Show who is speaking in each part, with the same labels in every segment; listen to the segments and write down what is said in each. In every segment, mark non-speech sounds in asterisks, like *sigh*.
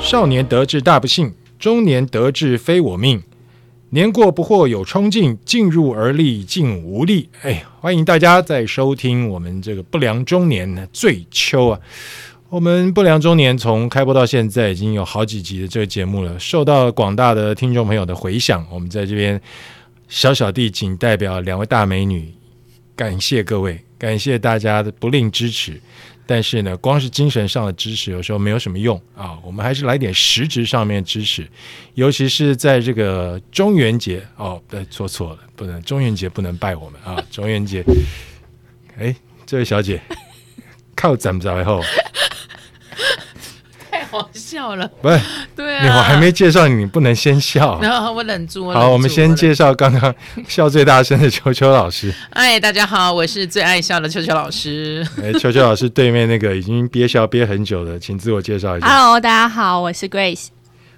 Speaker 1: 少年得志大不幸，中年得志非我命。年过不惑有冲劲，进入而立尽无力。哎，欢迎大家在收听我们这个不良中年呢最秋啊。我们不良中年从开播到现在已经有好几集的这个节目了，受到广大的听众朋友的回响，我们在这边小小弟仅代表两位大美女，感谢各位，感谢大家的不吝支持。但是呢，光是精神上的支持有时候没有什么用啊，我们还是来点实质上面的支持，尤其是在这个中元节哦，对，说错了，不能中元节不能拜我们啊， *laughs* 中元节，哎，这位小姐，靠咱们以后， *laughs*
Speaker 2: 太好笑了，
Speaker 1: 不是，
Speaker 2: 对
Speaker 1: 你我
Speaker 2: 啊，
Speaker 1: 还没介绍你，你不能先笑。
Speaker 2: 然后我忍住，忍
Speaker 1: 好，
Speaker 2: 住
Speaker 1: 我们先。介绍刚刚 *laughs* 笑最大声的秋秋老师。
Speaker 2: 忍哎，大家好，我是最爱笑的秋秋老师。
Speaker 1: 哎，秋秋老师对面那个已经憋笑憋很久的，请自我介绍一下。
Speaker 3: Hello，大家好，我是 Grace。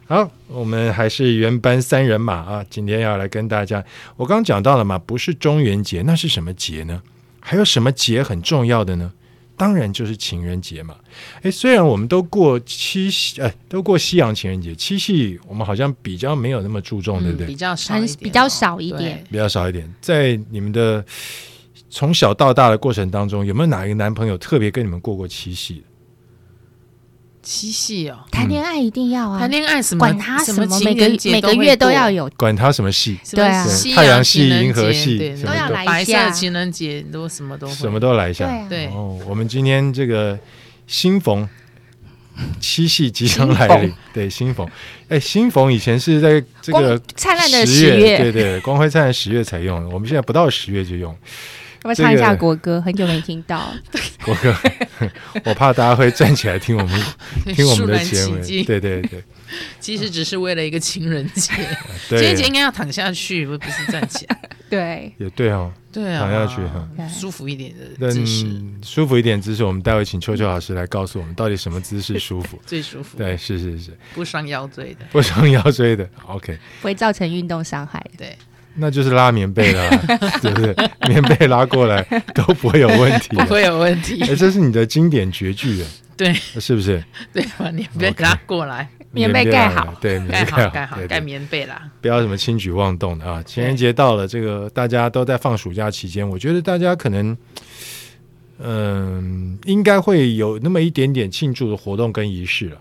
Speaker 1: 好，我们还是原班三人马啊，今天要来跟大家，我刚讲到了嘛，不是中元节，那是什么节呢？还有什么节很重要的呢？当然就是情人节嘛。哎，虽然我们都过七夕，哎，都过西洋情人节，七夕我们好像比较没有那么注重，对不对？
Speaker 2: 比较少
Speaker 3: 很
Speaker 2: 一点哦，
Speaker 3: 比较少一点
Speaker 1: 比较少一点。在你们的从小到大的过程当中，有没有哪一个男朋友特别跟你们过过七夕？
Speaker 2: 对。七夕哦，
Speaker 3: 谈恋爱一定要啊，
Speaker 2: 谈恋爱什么
Speaker 3: 管他
Speaker 2: 什
Speaker 3: 什么，每
Speaker 2: 情人
Speaker 3: 个
Speaker 2: 节
Speaker 3: 每个月都
Speaker 2: 会
Speaker 3: 要
Speaker 2: 过，
Speaker 3: 有。
Speaker 1: 管他什么戏，
Speaker 2: 什么
Speaker 3: 对啊
Speaker 2: 西
Speaker 1: 太阳
Speaker 2: 情
Speaker 1: 系
Speaker 2: 人
Speaker 1: 银河
Speaker 2: 节
Speaker 1: 系
Speaker 2: 对
Speaker 1: 什
Speaker 3: 么都要来一
Speaker 2: 白色
Speaker 3: 下
Speaker 2: 情人节都什么都会
Speaker 1: 什么都来一
Speaker 3: 对
Speaker 1: 下。
Speaker 3: 啊，
Speaker 2: 对
Speaker 1: 哦，我们今天这个新逢七夕即将来
Speaker 2: 新
Speaker 1: 临，对，新逢，哎，新逢以前是在这个
Speaker 3: 光灿烂的
Speaker 1: 十
Speaker 3: 十月，
Speaker 1: 对对，光辉灿烂十月才用的，我们现在不到十月就用。
Speaker 3: 要不要唱一
Speaker 1: 这
Speaker 3: 下
Speaker 1: 个
Speaker 3: 国歌？很久没听
Speaker 2: *laughs*
Speaker 3: 到。
Speaker 1: 我哥， *laughs* 我怕大家会站起来听我
Speaker 2: *laughs*
Speaker 1: 们听我们
Speaker 2: 肃
Speaker 1: 的
Speaker 2: 然
Speaker 1: 节
Speaker 2: 起
Speaker 1: 目，
Speaker 2: 敬
Speaker 1: 对对
Speaker 2: *laughs*
Speaker 1: 对
Speaker 2: 其实只是为了一个情人节，情人
Speaker 1: *laughs*
Speaker 2: 节
Speaker 1: 对
Speaker 2: 应，该要躺下去，不不是站起来。
Speaker 1: *laughs*
Speaker 3: 对，
Speaker 1: 也对哦。
Speaker 2: 对啊，
Speaker 1: 躺下去哈
Speaker 3: 对
Speaker 2: 舒服一点的姿势。
Speaker 1: 嗯，舒服一点姿势，我们待会请秋秋老师来告诉我们到底什么姿势舒服
Speaker 2: 最舒服，
Speaker 1: 对，是是是，
Speaker 2: 不伤腰椎的。
Speaker 1: 不伤腰椎的，OK，
Speaker 3: 不会造成运动伤害。
Speaker 2: 对，
Speaker 1: 那就是拉棉被啦，对不对？棉被拉过来都不会有问题
Speaker 2: 不 *laughs*
Speaker 1: 的。
Speaker 2: 会有问
Speaker 3: *laughs*
Speaker 2: 题。
Speaker 1: 哎，这是你的经典绝句了，
Speaker 2: 对
Speaker 1: 是不是？
Speaker 2: 对，把棉被拉过来，
Speaker 3: 棉被盖好
Speaker 1: 棉被对，棉
Speaker 2: 盖
Speaker 1: 被
Speaker 2: 好
Speaker 1: 盖
Speaker 2: 盖好
Speaker 1: 对对
Speaker 2: 盖棉被啦。
Speaker 1: 不要什么轻举妄动的啊！情人节到了，这个大家都在放暑假期间，我觉得大家可能，嗯、应该会有那么一点点庆祝的活动跟仪式了。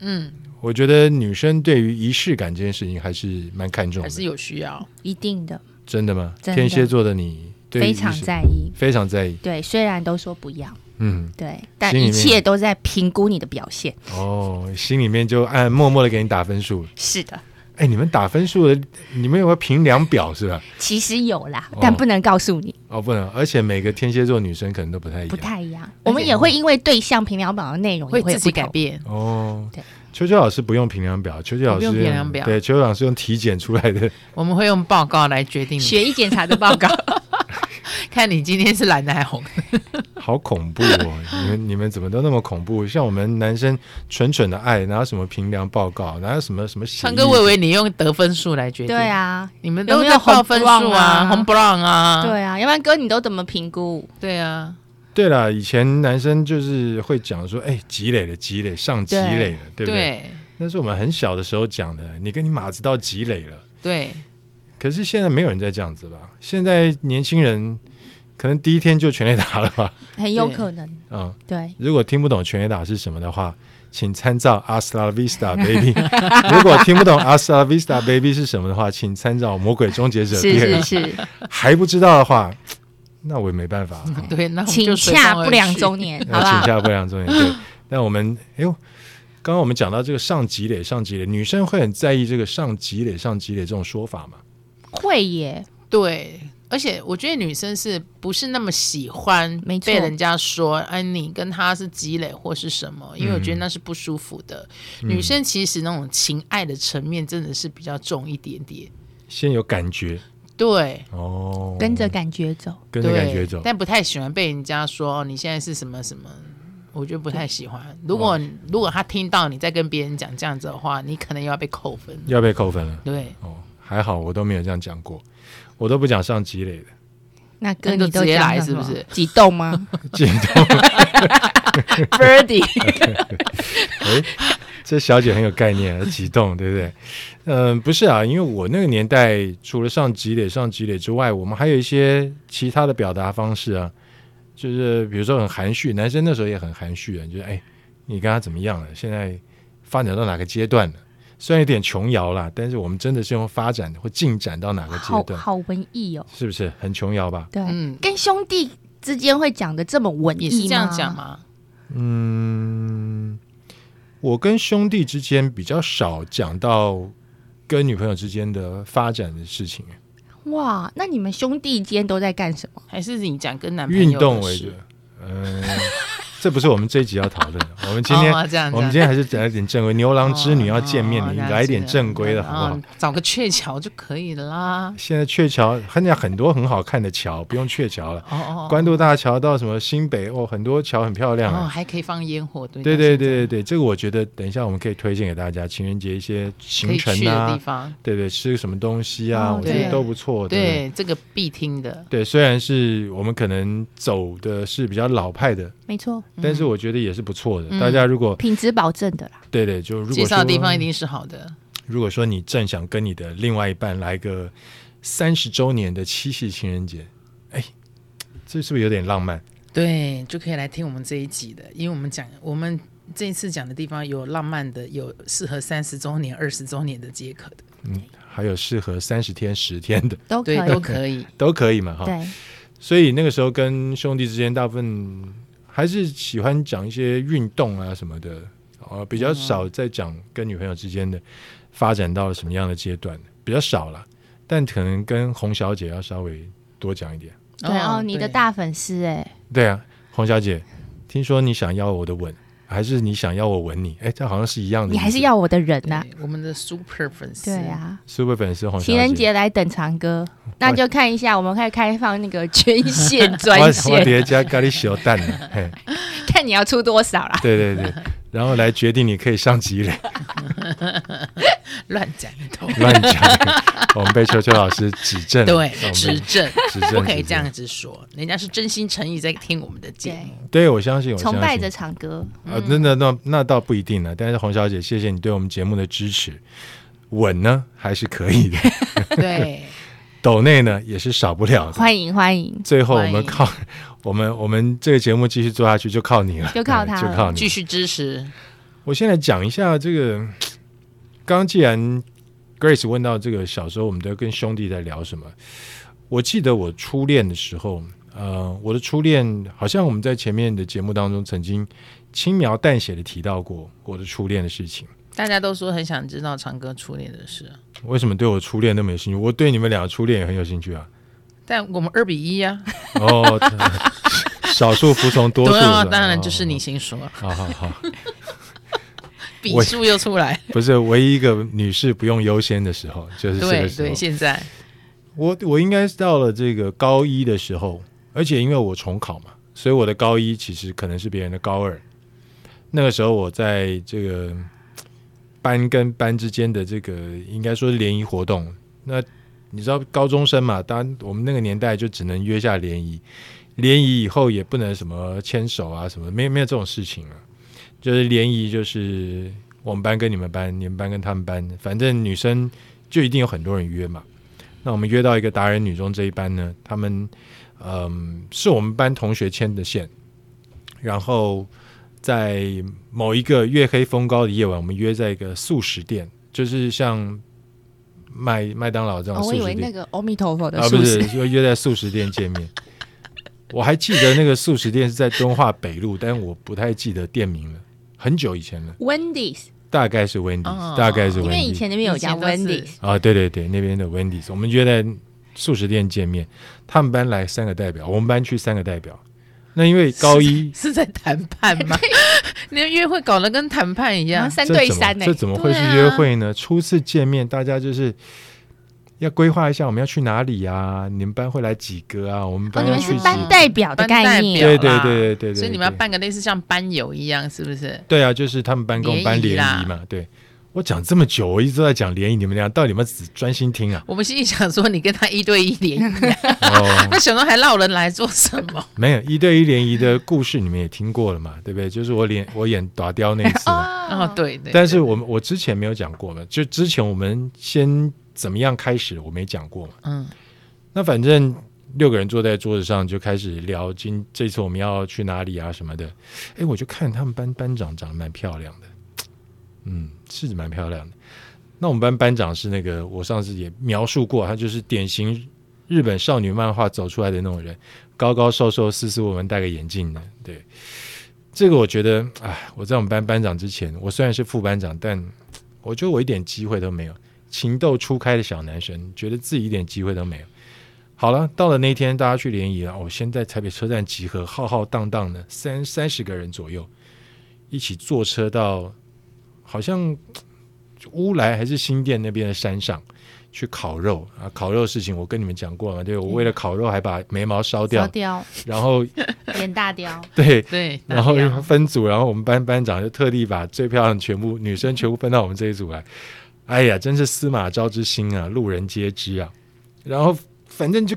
Speaker 2: 嗯，
Speaker 1: 我觉得女生对于仪式感这件事情还是蛮看重
Speaker 2: 还是
Speaker 1: 的。
Speaker 2: 有需要。
Speaker 3: 一定的，
Speaker 1: 真的吗？
Speaker 3: 真的
Speaker 1: 天蝎座的你对于
Speaker 3: 非
Speaker 1: 仪式
Speaker 3: 常在意。
Speaker 1: 非常在意，
Speaker 3: 对，虽然都说不要，
Speaker 1: 嗯，
Speaker 3: 对，但
Speaker 1: 心里
Speaker 3: 一
Speaker 1: 面
Speaker 3: 切都在评估你的表现。
Speaker 1: 哦，心里面就暗默默的给你打分数。
Speaker 3: 是的，
Speaker 1: 哎，你们打分数的，你们有个评量表是吧？
Speaker 3: 其实有啦
Speaker 1: 哦，
Speaker 3: 但不能告诉你，
Speaker 1: 哦，不能，而且每个天蝎座女生可能都不太一样，
Speaker 3: 不太一样。我们也会因为对象评量榜的内容也
Speaker 2: 会
Speaker 3: 会有
Speaker 2: 自己
Speaker 3: 不同
Speaker 2: 改。变，
Speaker 1: 哦
Speaker 3: 对，
Speaker 1: 秋秋老师不用评量表，秋秋老师
Speaker 2: 我不用评量表
Speaker 1: 对，秋秋老师用体检出来的， *laughs*
Speaker 2: 我们会用报告来决
Speaker 3: *laughs*
Speaker 2: 定，
Speaker 3: 血液检查的报告，
Speaker 2: 看你今天是蓝的还红的。
Speaker 1: 好恐怖哦！你们你们怎么都那么恐怖？像我们男生蠢蠢的爱，哪有什么评量报告，哪有什么什么协议
Speaker 2: 川哥，我以为你用得分数来决定。
Speaker 3: 对，啊，
Speaker 2: 你们
Speaker 3: 有
Speaker 2: 都
Speaker 3: 没
Speaker 2: 在
Speaker 3: 有
Speaker 2: 报
Speaker 3: 红
Speaker 2: 分
Speaker 3: brown
Speaker 2: 数啊，
Speaker 3: 啊
Speaker 2: 红 brown 啊，
Speaker 3: 对啊，要不然哥你都怎么评估？
Speaker 2: 对啊，
Speaker 1: 对了，以前男生就是会讲说，哎，积累了，积累上积累了，对不对？
Speaker 2: 对
Speaker 1: 那是我们很小的时候讲的，你跟你马子到积累了。
Speaker 2: 对，
Speaker 1: 可是现在没有人再这样子吧？现在年轻人可能第一天就全力打了吧？ *laughs*
Speaker 3: 很有
Speaker 2: 对
Speaker 3: 可能，
Speaker 1: 嗯，
Speaker 3: 对，
Speaker 1: 如果听不懂全垒打是什么的话，请参照 Hasta la Vista Baby。如
Speaker 3: *laughs*
Speaker 1: 果听不懂 Hasta la Vista Baby 是什么的话，请参照《魔鬼终结者》
Speaker 3: 是
Speaker 1: 第二
Speaker 3: 是
Speaker 1: 集。
Speaker 3: 是，
Speaker 1: 还不知道的话，那我也没办法
Speaker 3: *laughs*
Speaker 1: 了，
Speaker 2: 对，那我们
Speaker 3: 嗯请
Speaker 2: 哦就随
Speaker 3: 洽
Speaker 2: 风而
Speaker 3: 不良
Speaker 2: 去
Speaker 3: 中年，好
Speaker 1: 要
Speaker 3: 不
Speaker 1: 请
Speaker 3: 好？
Speaker 1: 假不良
Speaker 3: *laughs*
Speaker 1: 重点。对，但我们哎呦，刚刚我们讲到这个上积累、上积累，女生会很在意这个上积累、上积累这种说法嘛？
Speaker 3: 会耶，
Speaker 2: 对，而且我觉得女生是不是那么喜欢
Speaker 3: 没错
Speaker 2: 被人家说，哎，你跟他是积累或是什
Speaker 1: 嗯
Speaker 2: 么？因为我觉得那是不舒服的。女生其实那种情爱的层面真的是比较重一点点，
Speaker 1: 先有感觉
Speaker 2: 对。
Speaker 1: 哦，
Speaker 3: 跟着感觉走，
Speaker 1: 跟着
Speaker 2: 对，
Speaker 1: 感觉走。
Speaker 2: 但不太喜欢被人家说哦你现在是什么什么，我觉得不太喜欢。如果、如果他听到你在跟别人讲这样子的话，你可能又要被扣分。
Speaker 1: 要被扣分了
Speaker 2: 对，
Speaker 1: 哦，还好我都没有这样讲过，我都不讲上积累的。
Speaker 3: 那哥
Speaker 2: 那就
Speaker 3: 你都
Speaker 2: 直接
Speaker 3: 讲
Speaker 2: 来
Speaker 3: 什
Speaker 2: 是不
Speaker 3: 么
Speaker 2: 是
Speaker 3: 几
Speaker 1: *laughs*
Speaker 3: 栋吗
Speaker 1: 进哎
Speaker 3: ？Birdy，
Speaker 1: 这小姐很有概念，啊，启动，对不对？嗯，不是啊，因为我那个年代除了上积累、上积累之外，我们还有一些其他的表达方式啊，就是比如说很含蓄，男生那时候也很含蓄啊，就是哎，你跟他怎么样了？现在发展到哪个阶段了？虽然有点琼瑶啦，但是我们真的是用发展或进展到哪个阶
Speaker 3: 好
Speaker 1: 段，
Speaker 3: 好文艺哦。
Speaker 1: 是不是很琼瑶吧？
Speaker 3: 对，
Speaker 2: 嗯，
Speaker 3: 跟兄弟之间会讲的这么文艺
Speaker 2: 也是这样
Speaker 3: 吗
Speaker 2: 讲？吗？
Speaker 1: 嗯，我跟兄弟之间比较少讲到跟女朋友之间的发展的事情，
Speaker 3: 哇，那你们兄弟间都在干什么？
Speaker 2: 还是你讲跟男朋友
Speaker 1: 运动
Speaker 2: 的
Speaker 1: 为主
Speaker 2: 事。 *laughs*
Speaker 1: 嗯、这不是我们这一集要讨论的，我们今天、
Speaker 2: 哦这样
Speaker 1: 我们今天还是讲一点正规。牛郎织女要见面，
Speaker 2: 哦
Speaker 1: 你
Speaker 2: 了
Speaker 1: 来一点
Speaker 2: 解
Speaker 1: 正规的
Speaker 2: 了
Speaker 1: 好不好？
Speaker 2: 哦找个鹊桥就可以了啦。
Speaker 1: 现在鹊桥，很讲很多很好看的桥，不用鹊桥了，
Speaker 2: 哦哦，
Speaker 1: *laughs* 关渡大桥到什么新北哦，很多桥很漂亮、啊。
Speaker 2: 哦，还可以放烟火，对
Speaker 1: 对对对对
Speaker 2: 对，
Speaker 1: 对，这个我觉得等一下我们可以推荐给大家，情人节一些
Speaker 2: 可
Speaker 1: 行
Speaker 2: 以
Speaker 1: 程
Speaker 2: 去的
Speaker 1: 啊
Speaker 2: 地，方，
Speaker 1: 对对，吃个什么东西啊，
Speaker 3: 哦
Speaker 1: 我觉得
Speaker 2: 对
Speaker 1: 都不错。对不对
Speaker 2: 对这个必听的。
Speaker 1: 对，虽然是我们可能走的是比较老派的，
Speaker 3: 没错，
Speaker 1: 但是我觉得也是不错的。
Speaker 2: 嗯
Speaker 1: 大家如果
Speaker 3: 品质保证的啦。
Speaker 1: 对对，就如
Speaker 2: 介
Speaker 1: 果
Speaker 2: 绍
Speaker 1: 说
Speaker 2: 的地方一定是好的，
Speaker 1: 如果说你正想跟你的另外一半来个三十周年的七夕情人节，哎，这是不是有点浪漫？
Speaker 2: 对，就可以来听我们这一集的，因为我们讲我们这一次讲的地方有浪漫的，有适合三十周年、二十周年的皆可的，
Speaker 1: 嗯，还有适合三十天、十天的
Speaker 3: 都可以
Speaker 2: 对，，都可以。哦
Speaker 1: 都可以嘛哈。
Speaker 3: 对，
Speaker 1: 所以那个时候跟兄弟之间，大部分还是喜欢讲一些运动啊什么的，啊，比较少在讲跟女朋友之间的发展到了什么样的阶段，比较少了。但可能跟洪小姐要稍微多讲一点。
Speaker 3: 对哦，你的
Speaker 2: 对
Speaker 3: 大粉丝哎，
Speaker 1: 对啊，洪小姐，听说你想要我的吻，还是你想要我吻你？哎，这好像是一样的意
Speaker 3: 你
Speaker 1: 思。
Speaker 3: 还是要我的人
Speaker 2: 对
Speaker 3: 呐。
Speaker 2: 我们的 super 粉丝，
Speaker 3: 对，啊，
Speaker 1: super 粉丝洪小姐。
Speaker 3: 情人节来等长歌，那就看一下，我们可以开放那个捐
Speaker 1: *laughs*
Speaker 3: 献专
Speaker 1: 我我
Speaker 3: 线，
Speaker 1: 叠加咖喱小蛋呢，嘿，
Speaker 3: 看你要出多少啦。
Speaker 1: 对对对，然后来决定你可以上几垒。
Speaker 2: 乱讲一通，
Speaker 1: 乱讲，我们被秋秋老师指 *laughs* 正了，
Speaker 2: 对
Speaker 1: 我，们
Speaker 2: 指正，
Speaker 1: 哦指正
Speaker 2: *laughs* 不可以
Speaker 1: 指
Speaker 2: 这
Speaker 1: 正
Speaker 2: 样子说，人家是真心诚意在听我们的节目
Speaker 3: 对。，
Speaker 1: 对我相信，我相
Speaker 3: 崇
Speaker 1: 信
Speaker 3: 拜着嗯长歌，
Speaker 1: 啊，那那那那倒不一定了。但是洪小姐，谢谢你对我们节目的支持，稳呢还是可以的，
Speaker 2: *laughs* 对，
Speaker 1: 抖内呢也是少不了的。
Speaker 3: 欢迎欢迎，
Speaker 1: 最后我
Speaker 2: 欢
Speaker 1: 们
Speaker 2: 迎
Speaker 1: 靠我们我们这个节目继续做下去，就靠你了，
Speaker 3: 就靠
Speaker 1: 对
Speaker 3: 他
Speaker 1: 就靠
Speaker 2: 继
Speaker 1: 你。
Speaker 2: 续支持。
Speaker 1: 我先来讲一下这个，刚刚既然 Grace 问到这个小时候我们都跟兄弟在聊什么，我记得我初恋的时候，呃，我的初恋好像我们在前面的节目当中曾经轻描淡写的提到过我的初恋的事情。
Speaker 2: 大家都说很想知道长歌初恋的事，
Speaker 1: 为什么对我初恋那么有兴趣？我对你们俩的初恋也很有兴趣啊。
Speaker 2: 但我们二比一啊呀、
Speaker 1: 哦， *laughs* 少数服从多数
Speaker 2: 对
Speaker 1: 是吧，
Speaker 2: 啊，当然就是你先说，
Speaker 1: 哦。好好好，
Speaker 2: 比数又出来。
Speaker 1: 不是唯一一个女士不用优先的时候， *laughs* 就是这
Speaker 2: 对
Speaker 1: 个时候。
Speaker 2: 对，现在
Speaker 1: 我我应该是到了这个高一的时候，而且因为我重考嘛，所以我的高一其实可能是别人的高二。那个时候我在这个嗯班跟班之间的这个应该说是联谊活动。那你知道高中生嘛，当然我们那个年代就只能约下联谊，联谊以后也不能什么牵手啊什么，没有没有这种事情啊。就是联谊就是我们班跟你们班，你们班跟他们班，反正女生就一定有很多人约嘛。那我们约到一个达人女中这一班呢，他们嗯是我们班同学牵的线，然后在某一个月黑风高的夜晚，我们约在一个素食店，就是像麦麦当劳这样的素
Speaker 3: 哦我以为
Speaker 1: 食
Speaker 3: 那
Speaker 1: 店、
Speaker 3: 个阿弥陀佛的
Speaker 1: 啊，
Speaker 3: 素
Speaker 1: 不
Speaker 3: 食
Speaker 1: 是，就约在素食店见面。我还记得那个素食店是在敦化北路，但我不太记得店名了，很久以前了，
Speaker 3: Wendy's，
Speaker 1: 大概是 Wendy，、
Speaker 2: 哦
Speaker 1: 大概是 Wendy。
Speaker 3: 因为以前那边有家
Speaker 2: 以前都是
Speaker 3: Wendy's，
Speaker 1: 啊，对对对，那边的 Wendy's，我们约在素食店见面，他们班来三个代表，我们班去三个代表。那因为高一
Speaker 2: 是在谈判
Speaker 3: *laughs*
Speaker 2: 吗？你的约会搞得跟谈判一
Speaker 3: 然 *laughs*
Speaker 2: 样
Speaker 3: 后，三
Speaker 1: 这
Speaker 3: 对啊
Speaker 1: 怎么
Speaker 3: 三欸呢
Speaker 1: 这，怎么会是
Speaker 2: 对啊
Speaker 1: 约会呢？初次见面，大家就是要规划一下我们要去哪里啊，你们班会来几个啊，我们
Speaker 3: 哦，
Speaker 1: 班
Speaker 3: 你
Speaker 1: 要
Speaker 3: 们
Speaker 1: 去
Speaker 3: 是
Speaker 1: 几
Speaker 3: 班
Speaker 1: 个
Speaker 3: 代表的
Speaker 2: 班代
Speaker 3: 概
Speaker 2: 表
Speaker 3: 念，
Speaker 1: 对对
Speaker 2: 啦
Speaker 1: 对对对对，
Speaker 2: 所以你们要
Speaker 1: 对 *laughs*
Speaker 2: 办个类似像班友一样，是不是？
Speaker 1: 对啊，就是他们班跟我们班联
Speaker 2: 联谊啦
Speaker 1: 谊嘛，对。我讲这么久，我一直都在讲联谊，你们俩到底有没有只专心听
Speaker 2: *laughs*？
Speaker 1: 啊
Speaker 2: 我们心里想说，你跟他一对一联
Speaker 1: *laughs*
Speaker 2: 谊，
Speaker 1: 哦，
Speaker 2: 那想到还绕人来做什
Speaker 3: *laughs*
Speaker 2: 么？
Speaker 1: 没有一对一联谊的故事，你们也听过了嘛？对不对？就是我演我演打雕那一次嘛，
Speaker 2: *laughs* 哦，对对，
Speaker 1: 但是我们我之前没有讲过嘛，就之前我们先怎么样开始，我没讲过嘛。
Speaker 2: 嗯，
Speaker 1: 那反正六个人坐在桌子上就开始聊今这次我们要去哪里啊什么的。哎，我就看他们班班长长得蛮漂亮的，嗯，是蛮漂亮的。那我们班班长是那个我上次也描述过，他就是典型日本少女漫画走出来的那种人，高高瘦瘦、斯斯文文、戴个眼镜的。对，这个我觉得，哎，我在我们班班长之前，我虽然是副班长，但我觉得我一点机会都没有。情窦初开的小男生，觉得自己一点机会都没有。好了，到了那一天，大家去联谊了。我、先在台北车站集合，浩浩荡荡的三三十个人左右，一起坐车到好像乌来还是新店那边的山上去烤肉啊。烤肉的事情我跟你们讲过嘛，对我为了烤肉还把眉毛烧掉，
Speaker 3: 烧掉，
Speaker 1: 然后
Speaker 3: 脸大雕，
Speaker 1: 对
Speaker 2: 对，
Speaker 1: 然后
Speaker 2: 那啊样
Speaker 1: 分组，然后我们班班长就特地把最漂亮的全部女生全部分到我们这一组来。哎呀，真是司马昭之心啊，路人皆知啊。然后反正就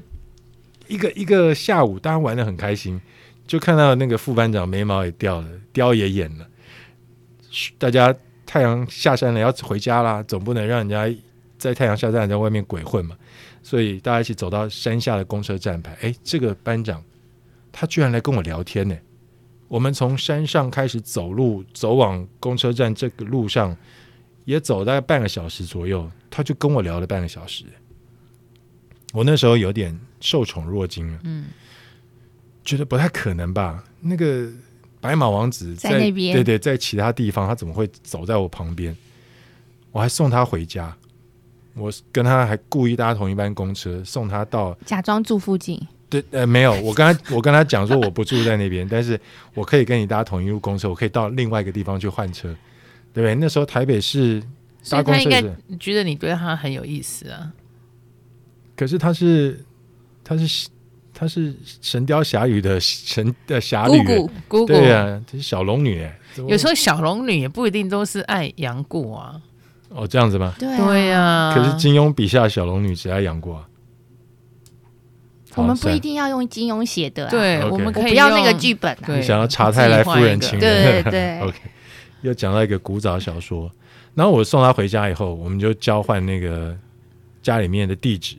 Speaker 1: 一个一个下午，大家玩的很开心，就看到那个副班长眉毛也掉了，貂也演了。大家太阳下山了，要回家啦，总不能让人家在太阳下山还在外面鬼混嘛。所以大家一起走到山下的公车站牌。哎，这个班长他居然来跟我聊天呢、我们从山上开始走路，走往公车站这个路上，也走大概半个小时左右，他就跟我聊了半个小时。我那时候有点受宠若惊了，
Speaker 2: 嗯，
Speaker 1: 觉得不太可能吧？那个白马王子
Speaker 3: 在那边
Speaker 1: 对对，在其他地方，他怎么会走在我旁边？我还送他回家，我跟他还故意搭同一班公车，送他到
Speaker 3: 假装住附近，
Speaker 1: 对，呃，没有，我跟他我跟他讲说我不住在那边，但是我可以跟你搭同一路公车，我可以到另外一个地方去换车，对不对？那时候台北市搭
Speaker 2: 所以
Speaker 1: 公
Speaker 2: 他
Speaker 1: 车
Speaker 2: 应该
Speaker 1: 是，
Speaker 2: 觉得你对他很有意思啊。
Speaker 1: 可是他是他是他是《神雕侠侣》的神的侠侣
Speaker 3: 姑
Speaker 1: 欸，
Speaker 3: 姑
Speaker 2: 姑姑，
Speaker 1: 对啊，这是小龙女哎，
Speaker 2: 有时候小龙女也不一定都是爱杨过啊。
Speaker 1: 哦这样子吗？
Speaker 3: 对
Speaker 2: 对
Speaker 3: 呀，
Speaker 2: 啊，
Speaker 1: 可是金庸笔下的小龙女只爱杨过啊，
Speaker 3: 我
Speaker 1: 好
Speaker 3: 们不一。
Speaker 1: 算了
Speaker 3: 定要用金庸写的啊，
Speaker 2: 对，
Speaker 1: OK
Speaker 2: 我们
Speaker 3: 我
Speaker 2: 可以
Speaker 3: 不要那个
Speaker 2: 用
Speaker 3: 剧本啊，
Speaker 2: 对
Speaker 1: 你想要查泰莱夫人情人，
Speaker 3: 对对对
Speaker 1: *laughs* OK，又讲到一个古早小说，然后我送他回家以后，我们就交换那个家里面的地址，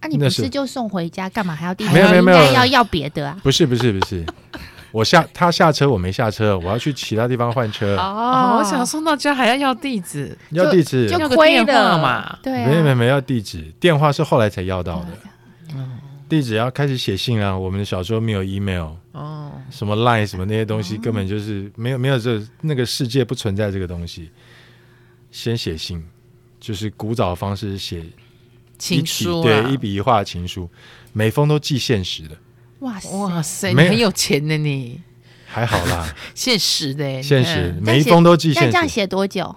Speaker 3: 啊，你
Speaker 1: 那
Speaker 3: 不
Speaker 1: 是
Speaker 3: 是就送回家，干嘛还要订？
Speaker 1: 没有没有没有
Speaker 3: 应该要要别的啊。
Speaker 1: 不是不是不
Speaker 3: *laughs*
Speaker 1: 是，我下他下车，我没下车，我要去其他地方换车，
Speaker 2: 哦，
Speaker 3: 哦
Speaker 2: 我想送到家还要要地址，
Speaker 1: 要地址，
Speaker 3: 就
Speaker 2: 要个
Speaker 3: 亏
Speaker 2: 电话
Speaker 3: 了
Speaker 2: 嘛
Speaker 3: 对
Speaker 1: 没有没有
Speaker 3: 啊，哦
Speaker 1: 没有要地址，电话是后来才要到的
Speaker 2: 嗯。
Speaker 1: 地址要开始写信啊！我们小时候没有 email，
Speaker 2: 哦，
Speaker 1: 什么 line 什么那些东
Speaker 3: 哦
Speaker 1: 西，根本就是没有没有这那个世界不存在这个东西。先写信，就是古早的方式写一
Speaker 2: 情
Speaker 1: 笔
Speaker 2: 书啊
Speaker 1: 对，一笔一画的情书，每封都寄现实的，
Speaker 3: 哇塞，
Speaker 2: 哇塞，你
Speaker 1: 没有
Speaker 2: 很有钱的你，
Speaker 1: 还好
Speaker 2: *laughs*
Speaker 1: 啦， *laughs*
Speaker 2: 现实的耶，
Speaker 1: 现
Speaker 2: 你
Speaker 1: 实
Speaker 2: 看
Speaker 1: 每一封都寄
Speaker 3: 那
Speaker 1: 现
Speaker 3: 这样
Speaker 1: 实。
Speaker 3: 写多久？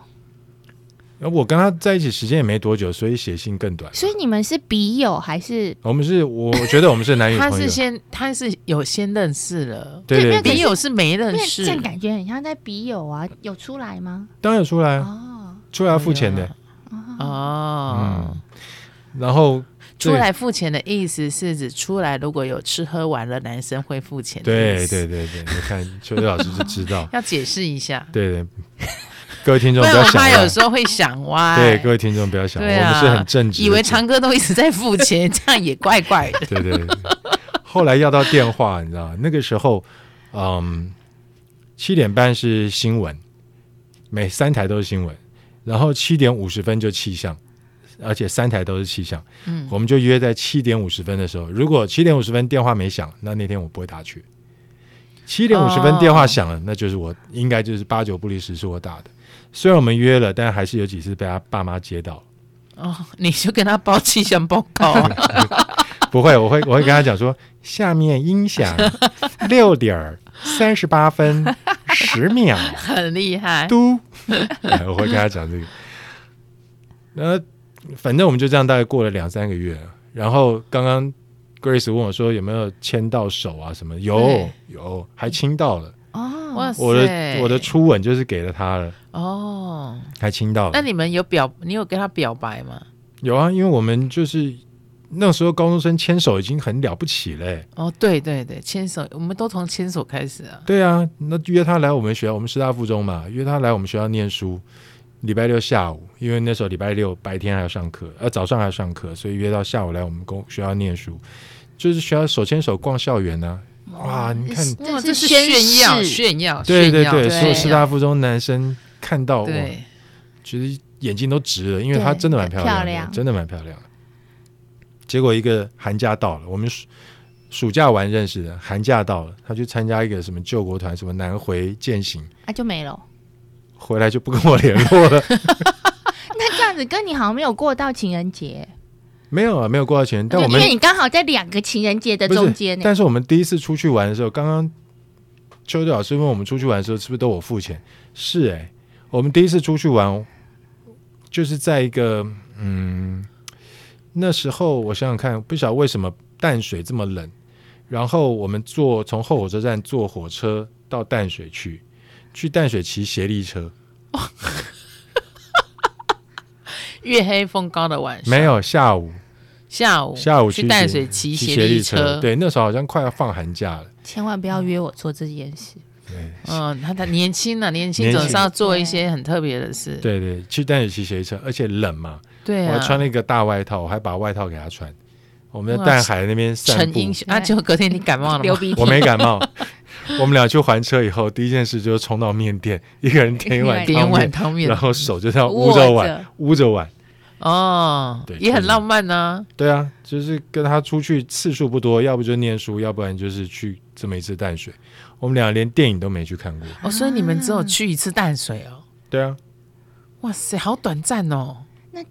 Speaker 1: 然后我跟他在一起时间也没多久，所以写信更短。
Speaker 3: 所以你们是笔友还是？
Speaker 1: 我们是，我我觉得我们是男女
Speaker 2: 他
Speaker 1: 朋友
Speaker 2: 是，先他是有先认识了，
Speaker 1: 对
Speaker 3: 对
Speaker 1: 对
Speaker 3: 那可
Speaker 1: 对
Speaker 3: 是
Speaker 2: 笔，友是没
Speaker 3: 因
Speaker 2: 认
Speaker 3: 为
Speaker 2: 识
Speaker 3: 这，样感觉很像在笔友啊，有出来吗？
Speaker 1: 当然出来啊，
Speaker 3: 哦，
Speaker 1: 出来要付
Speaker 2: 哎
Speaker 1: 钱的。嗯
Speaker 2: 哦，
Speaker 1: 然后
Speaker 2: 出来付钱的意思是指出来如果有吃喝玩乐，男生会付钱的意
Speaker 1: 对对
Speaker 2: 思，，
Speaker 1: 对对，你看秋叶老师就知道
Speaker 2: *laughs* 要解释一下，
Speaker 1: 对对，各位听
Speaker 2: 不
Speaker 1: 众不
Speaker 2: 然
Speaker 1: 要
Speaker 2: 我
Speaker 1: 想
Speaker 2: 怕有
Speaker 1: 歪，
Speaker 2: 时候会想歪，
Speaker 1: 对各位听众不要想歪，
Speaker 2: 对
Speaker 1: 我
Speaker 2: 啊
Speaker 1: 们是很正直的节目，
Speaker 2: 以为长哥都一直在付钱， *laughs* 这样也怪怪的。
Speaker 1: 对对对。后来要到电话，你知道吗那个时候，嗯，七点半是新闻，每三台都是新闻，然后七点五十分就气象，而且三台都是气象。
Speaker 2: 嗯
Speaker 1: 我们就约在七点五十分的时候，如果七点五十分电话没响，那那天我不会打去。七点五十分
Speaker 2: 哦
Speaker 1: 电话响了，那就是我应该就是八九不离十是我打的。虽然我们约了，但还是有几次被他爸妈接到。
Speaker 2: 哦，你就跟他报气象报告啊，
Speaker 1: *laughs* 不会，我会我会跟他讲说，下面音
Speaker 2: *laughs*
Speaker 1: 响六点三十八分十
Speaker 2: *laughs*
Speaker 1: 秒
Speaker 2: 很厉害。
Speaker 1: 嘟，哎我会跟他讲这个。那反正我们就这样，大概过了两三个月。然后刚刚 Grace 问我说有没有牵到手啊什么，有
Speaker 2: 对
Speaker 1: 有还亲到了，
Speaker 3: 哦，
Speaker 2: 哇
Speaker 3: 哦，
Speaker 2: 塞，
Speaker 1: 我的我的初吻就是给了他了，
Speaker 2: 哦，
Speaker 1: 还亲到了。
Speaker 2: 那你们有表，你有跟他表白吗？
Speaker 1: 有啊，因为我们就是那时候高中生牵手已经很了不欸起嘞、
Speaker 2: 哦，对对对，牵手，我们都从牵手开始啊。
Speaker 1: 对啊，那约他来我们学校，我们师大附中嘛，约他来我们学校念书。礼拜六下午，因为那时候礼拜六白天还要上课，呃，早上还要上课，所以约到下午来我们公学校念书，就是学校手牵手逛校园呢、
Speaker 3: 哦
Speaker 1: 哇，你看，
Speaker 3: 这
Speaker 2: 这是
Speaker 3: 宣
Speaker 2: 炫耀，
Speaker 3: 誓
Speaker 2: 炫耀，
Speaker 1: 对
Speaker 2: 炫
Speaker 1: 对
Speaker 2: 耀
Speaker 1: 对，
Speaker 3: 对
Speaker 1: 所有师大附中男生看到，哇，
Speaker 2: 对，
Speaker 1: 其实眼睛都直了，因为
Speaker 3: 对
Speaker 1: 她真的蛮漂亮的，
Speaker 3: 漂亮
Speaker 1: 真的蛮漂亮的。结果一个寒假到了，我们暑暑假完认识的，寒假到了，她去参加一个什么救国团，什么南回践行，
Speaker 3: 啊就没了。
Speaker 1: 回来就不跟我联络了。 *laughs*
Speaker 3: 那这样子跟你好像没有过到情人节，
Speaker 1: 没有啊，没有过到情人，但
Speaker 3: 对
Speaker 1: 我
Speaker 3: 因
Speaker 1: 们
Speaker 3: 为你刚好在两个情人节的
Speaker 1: 不是
Speaker 3: 中间呢。
Speaker 1: 但是我们第一次出去玩的时候，刚刚秋秋老师问我们出去玩的时候是不是都我付钱？是哎、我们第一次出去玩就是在一个嗯，那时候我想想看，不晓得为什么淡水这么冷，然后我们坐从后火车站坐火车到淡水去，去淡水骑斜力车，
Speaker 2: 月黑风高的晚上，
Speaker 1: 没有下午
Speaker 2: 下午
Speaker 1: 下午
Speaker 2: 去
Speaker 1: 骑
Speaker 2: 淡水骑
Speaker 1: 骑
Speaker 2: 斜
Speaker 1: 斜力
Speaker 2: 力
Speaker 1: 车，，对，那时候好像快要放寒假了，
Speaker 3: 千万不要约我做这件事，
Speaker 1: 对。
Speaker 2: 嗯，他他年轻啊，年轻
Speaker 1: 年
Speaker 2: 总是
Speaker 1: 轻
Speaker 2: 要做一
Speaker 3: 对
Speaker 2: 些很特别的事，
Speaker 1: 对对，去淡水骑斜力车，而且冷嘛，
Speaker 2: 对
Speaker 1: 我还
Speaker 2: 啊，
Speaker 1: 穿了一个大外套，我还把外套给他穿。我们在
Speaker 2: 哇
Speaker 1: 淡海那边散
Speaker 2: 陈
Speaker 1: 步，
Speaker 2: 英雄啊，结果隔天你感冒了
Speaker 3: *laughs* 流
Speaker 2: 吗？
Speaker 3: 鼻涕
Speaker 1: 我。没感冒。 *laughs* 我们俩去还车以后，第一件事就是冲到面店，一个人点一碗
Speaker 2: 点
Speaker 1: 汤
Speaker 2: 碗
Speaker 1: 面，
Speaker 2: 汤面
Speaker 1: 然后手就这样捂
Speaker 3: 握
Speaker 1: 着
Speaker 3: 着
Speaker 1: 碗，捂着碗。
Speaker 2: 哦
Speaker 1: 对，
Speaker 2: 也
Speaker 1: 就
Speaker 2: 很
Speaker 1: 是
Speaker 2: 浪漫呐。
Speaker 1: 对啊，就是跟他出去次数不多，要不就念书，要不然就是去这么一次淡水。我们俩连电影都没去看过。
Speaker 3: 啊
Speaker 2: 哦，所以你们只有去一次淡水哦。
Speaker 1: 对啊，
Speaker 2: 哇塞，好短暂哦。
Speaker 3: 那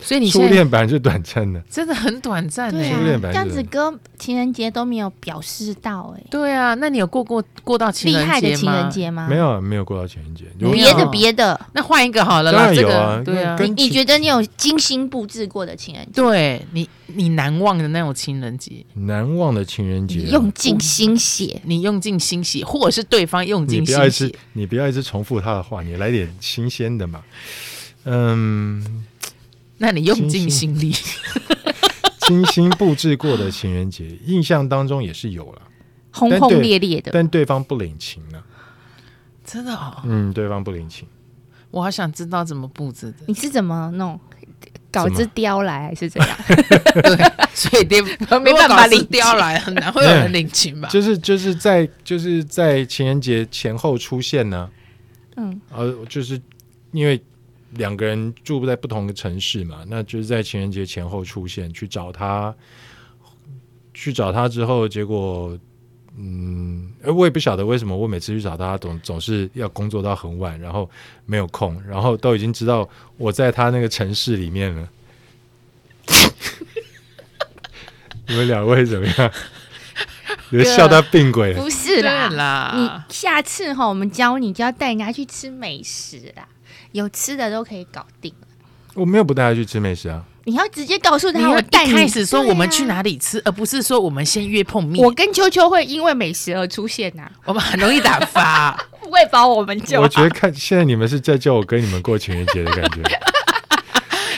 Speaker 2: 所以你
Speaker 1: 初
Speaker 2: 现在
Speaker 1: 恋本来就短暂的，
Speaker 2: 真的很短暂欸
Speaker 3: 对
Speaker 1: 初
Speaker 3: 啊
Speaker 2: 呢。
Speaker 1: 恋本来就是
Speaker 3: 这样子跟情人节都没有表示到哎、
Speaker 2: 对啊，那你有过过过到情
Speaker 3: 厉
Speaker 2: 人
Speaker 3: 害的
Speaker 2: 节
Speaker 3: 情人
Speaker 2: 吗？
Speaker 3: 节吗？
Speaker 1: 没，有没有过到情人节。有
Speaker 2: 没
Speaker 3: 别
Speaker 2: 有
Speaker 3: 的别的，
Speaker 2: 那换一个好了
Speaker 1: 当
Speaker 2: 啦，
Speaker 1: 然
Speaker 2: 这
Speaker 1: 有
Speaker 2: 个
Speaker 1: 啊
Speaker 2: 对啊
Speaker 1: 跟，
Speaker 3: 你你
Speaker 1: 情
Speaker 3: 觉得你有精心布置过的情人节，
Speaker 2: 对你你难忘的那种情人节，
Speaker 1: 难忘的情人节啊、
Speaker 3: 你用尽心血，
Speaker 2: 你用尽心血，或者是对方用
Speaker 1: 你
Speaker 2: 尽
Speaker 1: 不要一
Speaker 2: 心
Speaker 1: 直
Speaker 2: 血。
Speaker 1: 你不要一直重复他的话，你来点新鲜的嘛。嗯， *laughs*
Speaker 2: 那你用尽
Speaker 1: 心
Speaker 2: 心力，
Speaker 1: 精心布置过的情人
Speaker 3: *laughs*
Speaker 1: 节，印象当中也是有了，
Speaker 3: 轰
Speaker 1: 但
Speaker 3: 轰
Speaker 1: 对
Speaker 3: 烈烈的。
Speaker 1: 但对方不领情呢、
Speaker 3: 哦
Speaker 2: 真的哦，
Speaker 1: 嗯，对方不领情，
Speaker 2: 我好想知道怎么布置的。
Speaker 3: 你是怎么弄？搞
Speaker 1: 怎么
Speaker 3: 只雕来还是怎样？
Speaker 2: 对，所以爹
Speaker 3: 没办法
Speaker 2: 领
Speaker 3: 领
Speaker 2: 雕来，很难会有人领 *laughs* 情吧？
Speaker 1: 就是就是在就是在情人节前后出现呢、
Speaker 3: 嗯，
Speaker 1: 呃，就是因为两个人住在不同的城市嘛，那就是在情人节前后出现去找他，去找他之后，结果。嗯，呃我也不晓得为什么，我每次去找他总总是要工作到很晚，然后没有空，然后都已经知道我在他那个城市里面了。 *laughs* 你们两位怎么样？你们笑到病鬼了？
Speaker 3: 不是啦，
Speaker 2: 对啦
Speaker 3: 你下次哈，我们教你就要带人家去吃美食啦，有吃的都可以搞定。
Speaker 1: 我没有不带他去吃美食啊。
Speaker 3: 你要直接告诉
Speaker 2: 你
Speaker 3: 他，
Speaker 2: 要
Speaker 3: 我
Speaker 2: 一
Speaker 3: 带你
Speaker 2: 开始说我们去、
Speaker 3: 对啊
Speaker 2: 哪里吃，而不是说我们先约碰面，
Speaker 3: 我跟秋秋会因为美食而出现啊呐、
Speaker 2: 我们很容易打
Speaker 3: *laughs*
Speaker 2: 发。
Speaker 3: 喂饱我们就好啊
Speaker 1: 我觉得看现在你们是在叫我跟你们过情人节的感觉。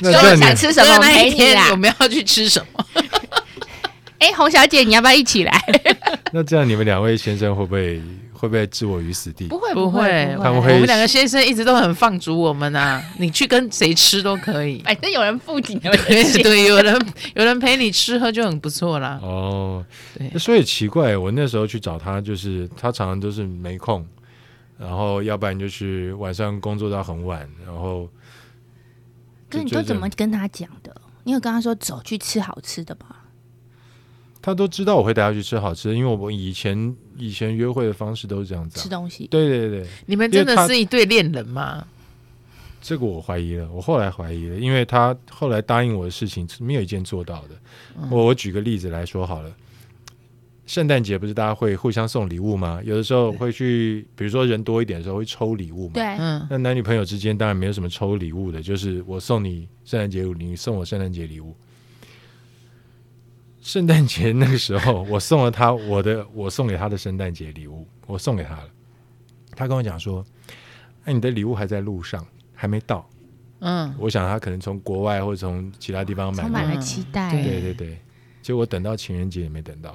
Speaker 1: 那
Speaker 3: 所以我
Speaker 1: 这
Speaker 3: 想
Speaker 1: 样你
Speaker 2: 啊
Speaker 3: 吃什么
Speaker 2: 那
Speaker 3: 陪
Speaker 2: 一
Speaker 3: 你
Speaker 2: 天
Speaker 3: 啦
Speaker 2: 我。们要去吃什么？
Speaker 3: 哎、洪小姐，你要不要一起来？
Speaker 1: 那这样你们两位先生会不会会不会置我于死地？
Speaker 3: 不会
Speaker 2: 不会
Speaker 1: 他
Speaker 3: 不
Speaker 1: 们
Speaker 2: 我
Speaker 1: 会
Speaker 2: 们两个先生一直都很放逐我们啊，你去跟谁吃都可
Speaker 3: *laughs*
Speaker 2: 以。
Speaker 3: 反正哎有人付你的
Speaker 2: 对对，有人有人陪你吃喝就很不错啦。
Speaker 1: 哦
Speaker 2: 对，
Speaker 1: 所以奇怪，我那时候去找他，就是他常常都是没空，然后要不然就是晚上工作到很晚，然后
Speaker 3: 可是你都怎么跟他讲的？你有跟他说走去吃好吃的吧？
Speaker 1: 他都知道我会带他去吃好吃的，因为我以前以前约会的方式都是这样子、
Speaker 3: 吃
Speaker 1: 啊。
Speaker 3: 东西，
Speaker 1: 对对对，
Speaker 2: 你们真
Speaker 1: 因为
Speaker 2: 的
Speaker 1: 他
Speaker 2: 是一对恋人吗？
Speaker 1: 这个我怀疑了，我后来怀疑了，因为他后来答应我的事情是没有一件做到的。我我举个例子来说好了，圣诞节不是大家会互相送礼物吗？有的时候会去，比如说人多一点的时候会抽礼物嘛。
Speaker 3: 对，
Speaker 2: 嗯，
Speaker 1: 那男女朋友之间当然没有什么抽礼物的，就是我送你圣诞节礼物，你送我圣诞节礼物。圣诞节那个时候，我送了他我的，我送给他的圣诞节礼物，我送给他了。他跟我讲说：“哎，你的礼物还在路上，还没到。
Speaker 2: 嗯”，
Speaker 1: 我想他可能从国外或者从其他地方买
Speaker 3: 充
Speaker 1: 的。
Speaker 3: 满了期待。
Speaker 2: 对
Speaker 1: 对对对，结果等到情人节也没等到。。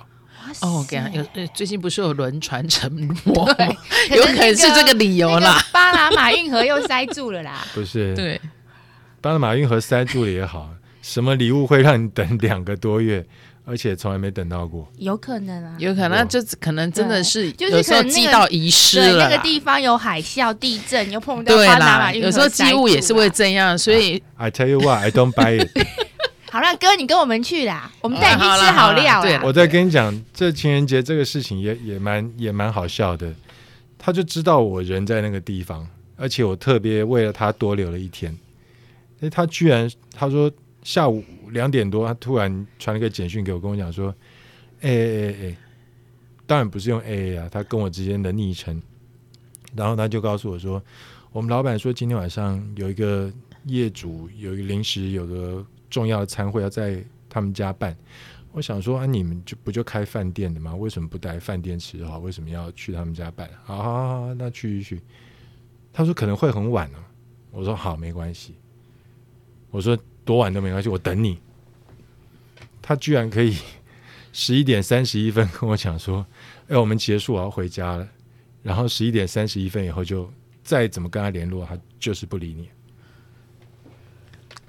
Speaker 3: 哇塞
Speaker 2: 哦，我跟你讲，有呃最近不是有轮船沉没吗，
Speaker 3: 对
Speaker 2: 有可能是这个理由啦。
Speaker 3: 那个巴拿马运河又塞住了啦
Speaker 2: *laughs*
Speaker 1: 不是，
Speaker 2: 对，
Speaker 1: 巴拿马运河塞住了也好，什么礼物会让你等两个多月，而且从来没等到过？
Speaker 3: 有可能啊，
Speaker 2: 有可能，那这可能真的是
Speaker 3: 对
Speaker 2: 有时候
Speaker 3: 就是可能那个
Speaker 2: 寄到遗失
Speaker 3: 对，
Speaker 2: 了
Speaker 3: 那
Speaker 2: 啦。
Speaker 3: 个地方有海啸、地震，又碰到
Speaker 2: 对
Speaker 3: 巴拿马
Speaker 2: 啦，
Speaker 3: 运河
Speaker 2: 有时候
Speaker 3: 塞
Speaker 2: 寄
Speaker 3: 住啊
Speaker 2: 物也是会
Speaker 3: 啦
Speaker 2: 这样，所以
Speaker 1: I tell you what, I don't buy it 。
Speaker 3: 好了，哥，你跟我们去啦，我们带你去
Speaker 2: 嗯好啦
Speaker 3: 吃好
Speaker 2: 好啦
Speaker 3: 料
Speaker 2: 对啊
Speaker 3: 啦
Speaker 2: 啦。
Speaker 1: 我在跟你讲，这情人节这个事情也也蛮也蛮好笑的。他就知道我人在那个地方，而且我特别为了他多留了一天。哎，他居然他说下午两点多，他突然传了个简讯给我，跟我讲说：“哎哎哎，当然不是用 A A 啊，他跟我之间的昵称。”然后他就告诉我说：“我们老板说今天晚上有一个业主有一个临时有个重要的餐会要在他们家办。”我想说啊，你们就不就开饭店的吗？为什么不来饭店吃好？为什么要去他们家办？好好好好，那去去去。他说可能会很晚哦、我说好，没关系。我说多晚都没关系，我等你。他居然可以 *laughs* 十一点三十一分跟我讲说，哎、我们结束，我要回家了。然后十一点三十一分以后就再怎么跟他联络，他就是不理你。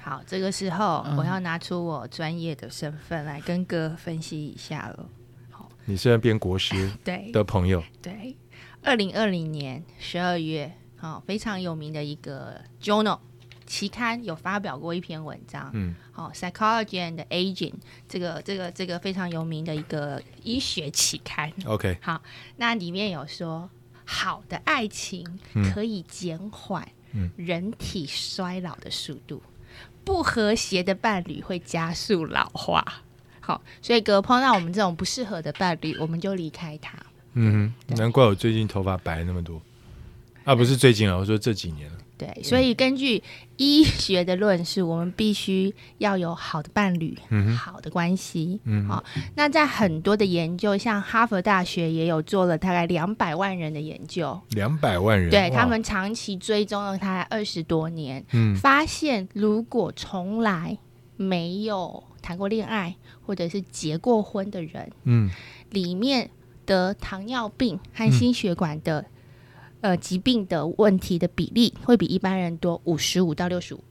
Speaker 3: 好，这个时候
Speaker 2: 嗯
Speaker 3: 我要拿出我专业的身份来跟哥分析一下了。
Speaker 1: 你虽然变国师
Speaker 3: 对
Speaker 1: 的朋友， *laughs*
Speaker 3: 对，二零二零年十二月，好、非常有名的一个 journal 期刊有发表过一篇文章，
Speaker 1: 嗯，
Speaker 3: 好、p s y c h o l o g y and Aging 这个这个这个非常有名的一个医学期刊，
Speaker 1: OK，
Speaker 3: 好，那里面有说，好的爱情
Speaker 1: 嗯
Speaker 3: 可以减缓
Speaker 1: 嗯
Speaker 3: 人体衰老的速度，不和谐的伴侣会加速老化。好，所以哥碰到我们这种不适合的伴侣，我们就离开他。
Speaker 1: 嗯哼，难怪我最近头发白那么多啊！不是最近啊，我说这几年了。
Speaker 3: 对，所以根据医学的论述，我们必须要有好的伴侣，好的关系。
Speaker 1: 嗯
Speaker 3: 好、那在很多的研究，像哈佛大学也有做了大概两百万人的研究，
Speaker 1: 两百万人，
Speaker 3: 对
Speaker 1: 哇
Speaker 3: 他，们长期追踪了他二十多年，
Speaker 1: 嗯
Speaker 3: 发现如果从来没有谈过恋爱或者是结过婚的人，
Speaker 1: 嗯
Speaker 3: 里面得糖尿病和心血管的、呃疾病的问题的比例会比一般人多五十五到六十五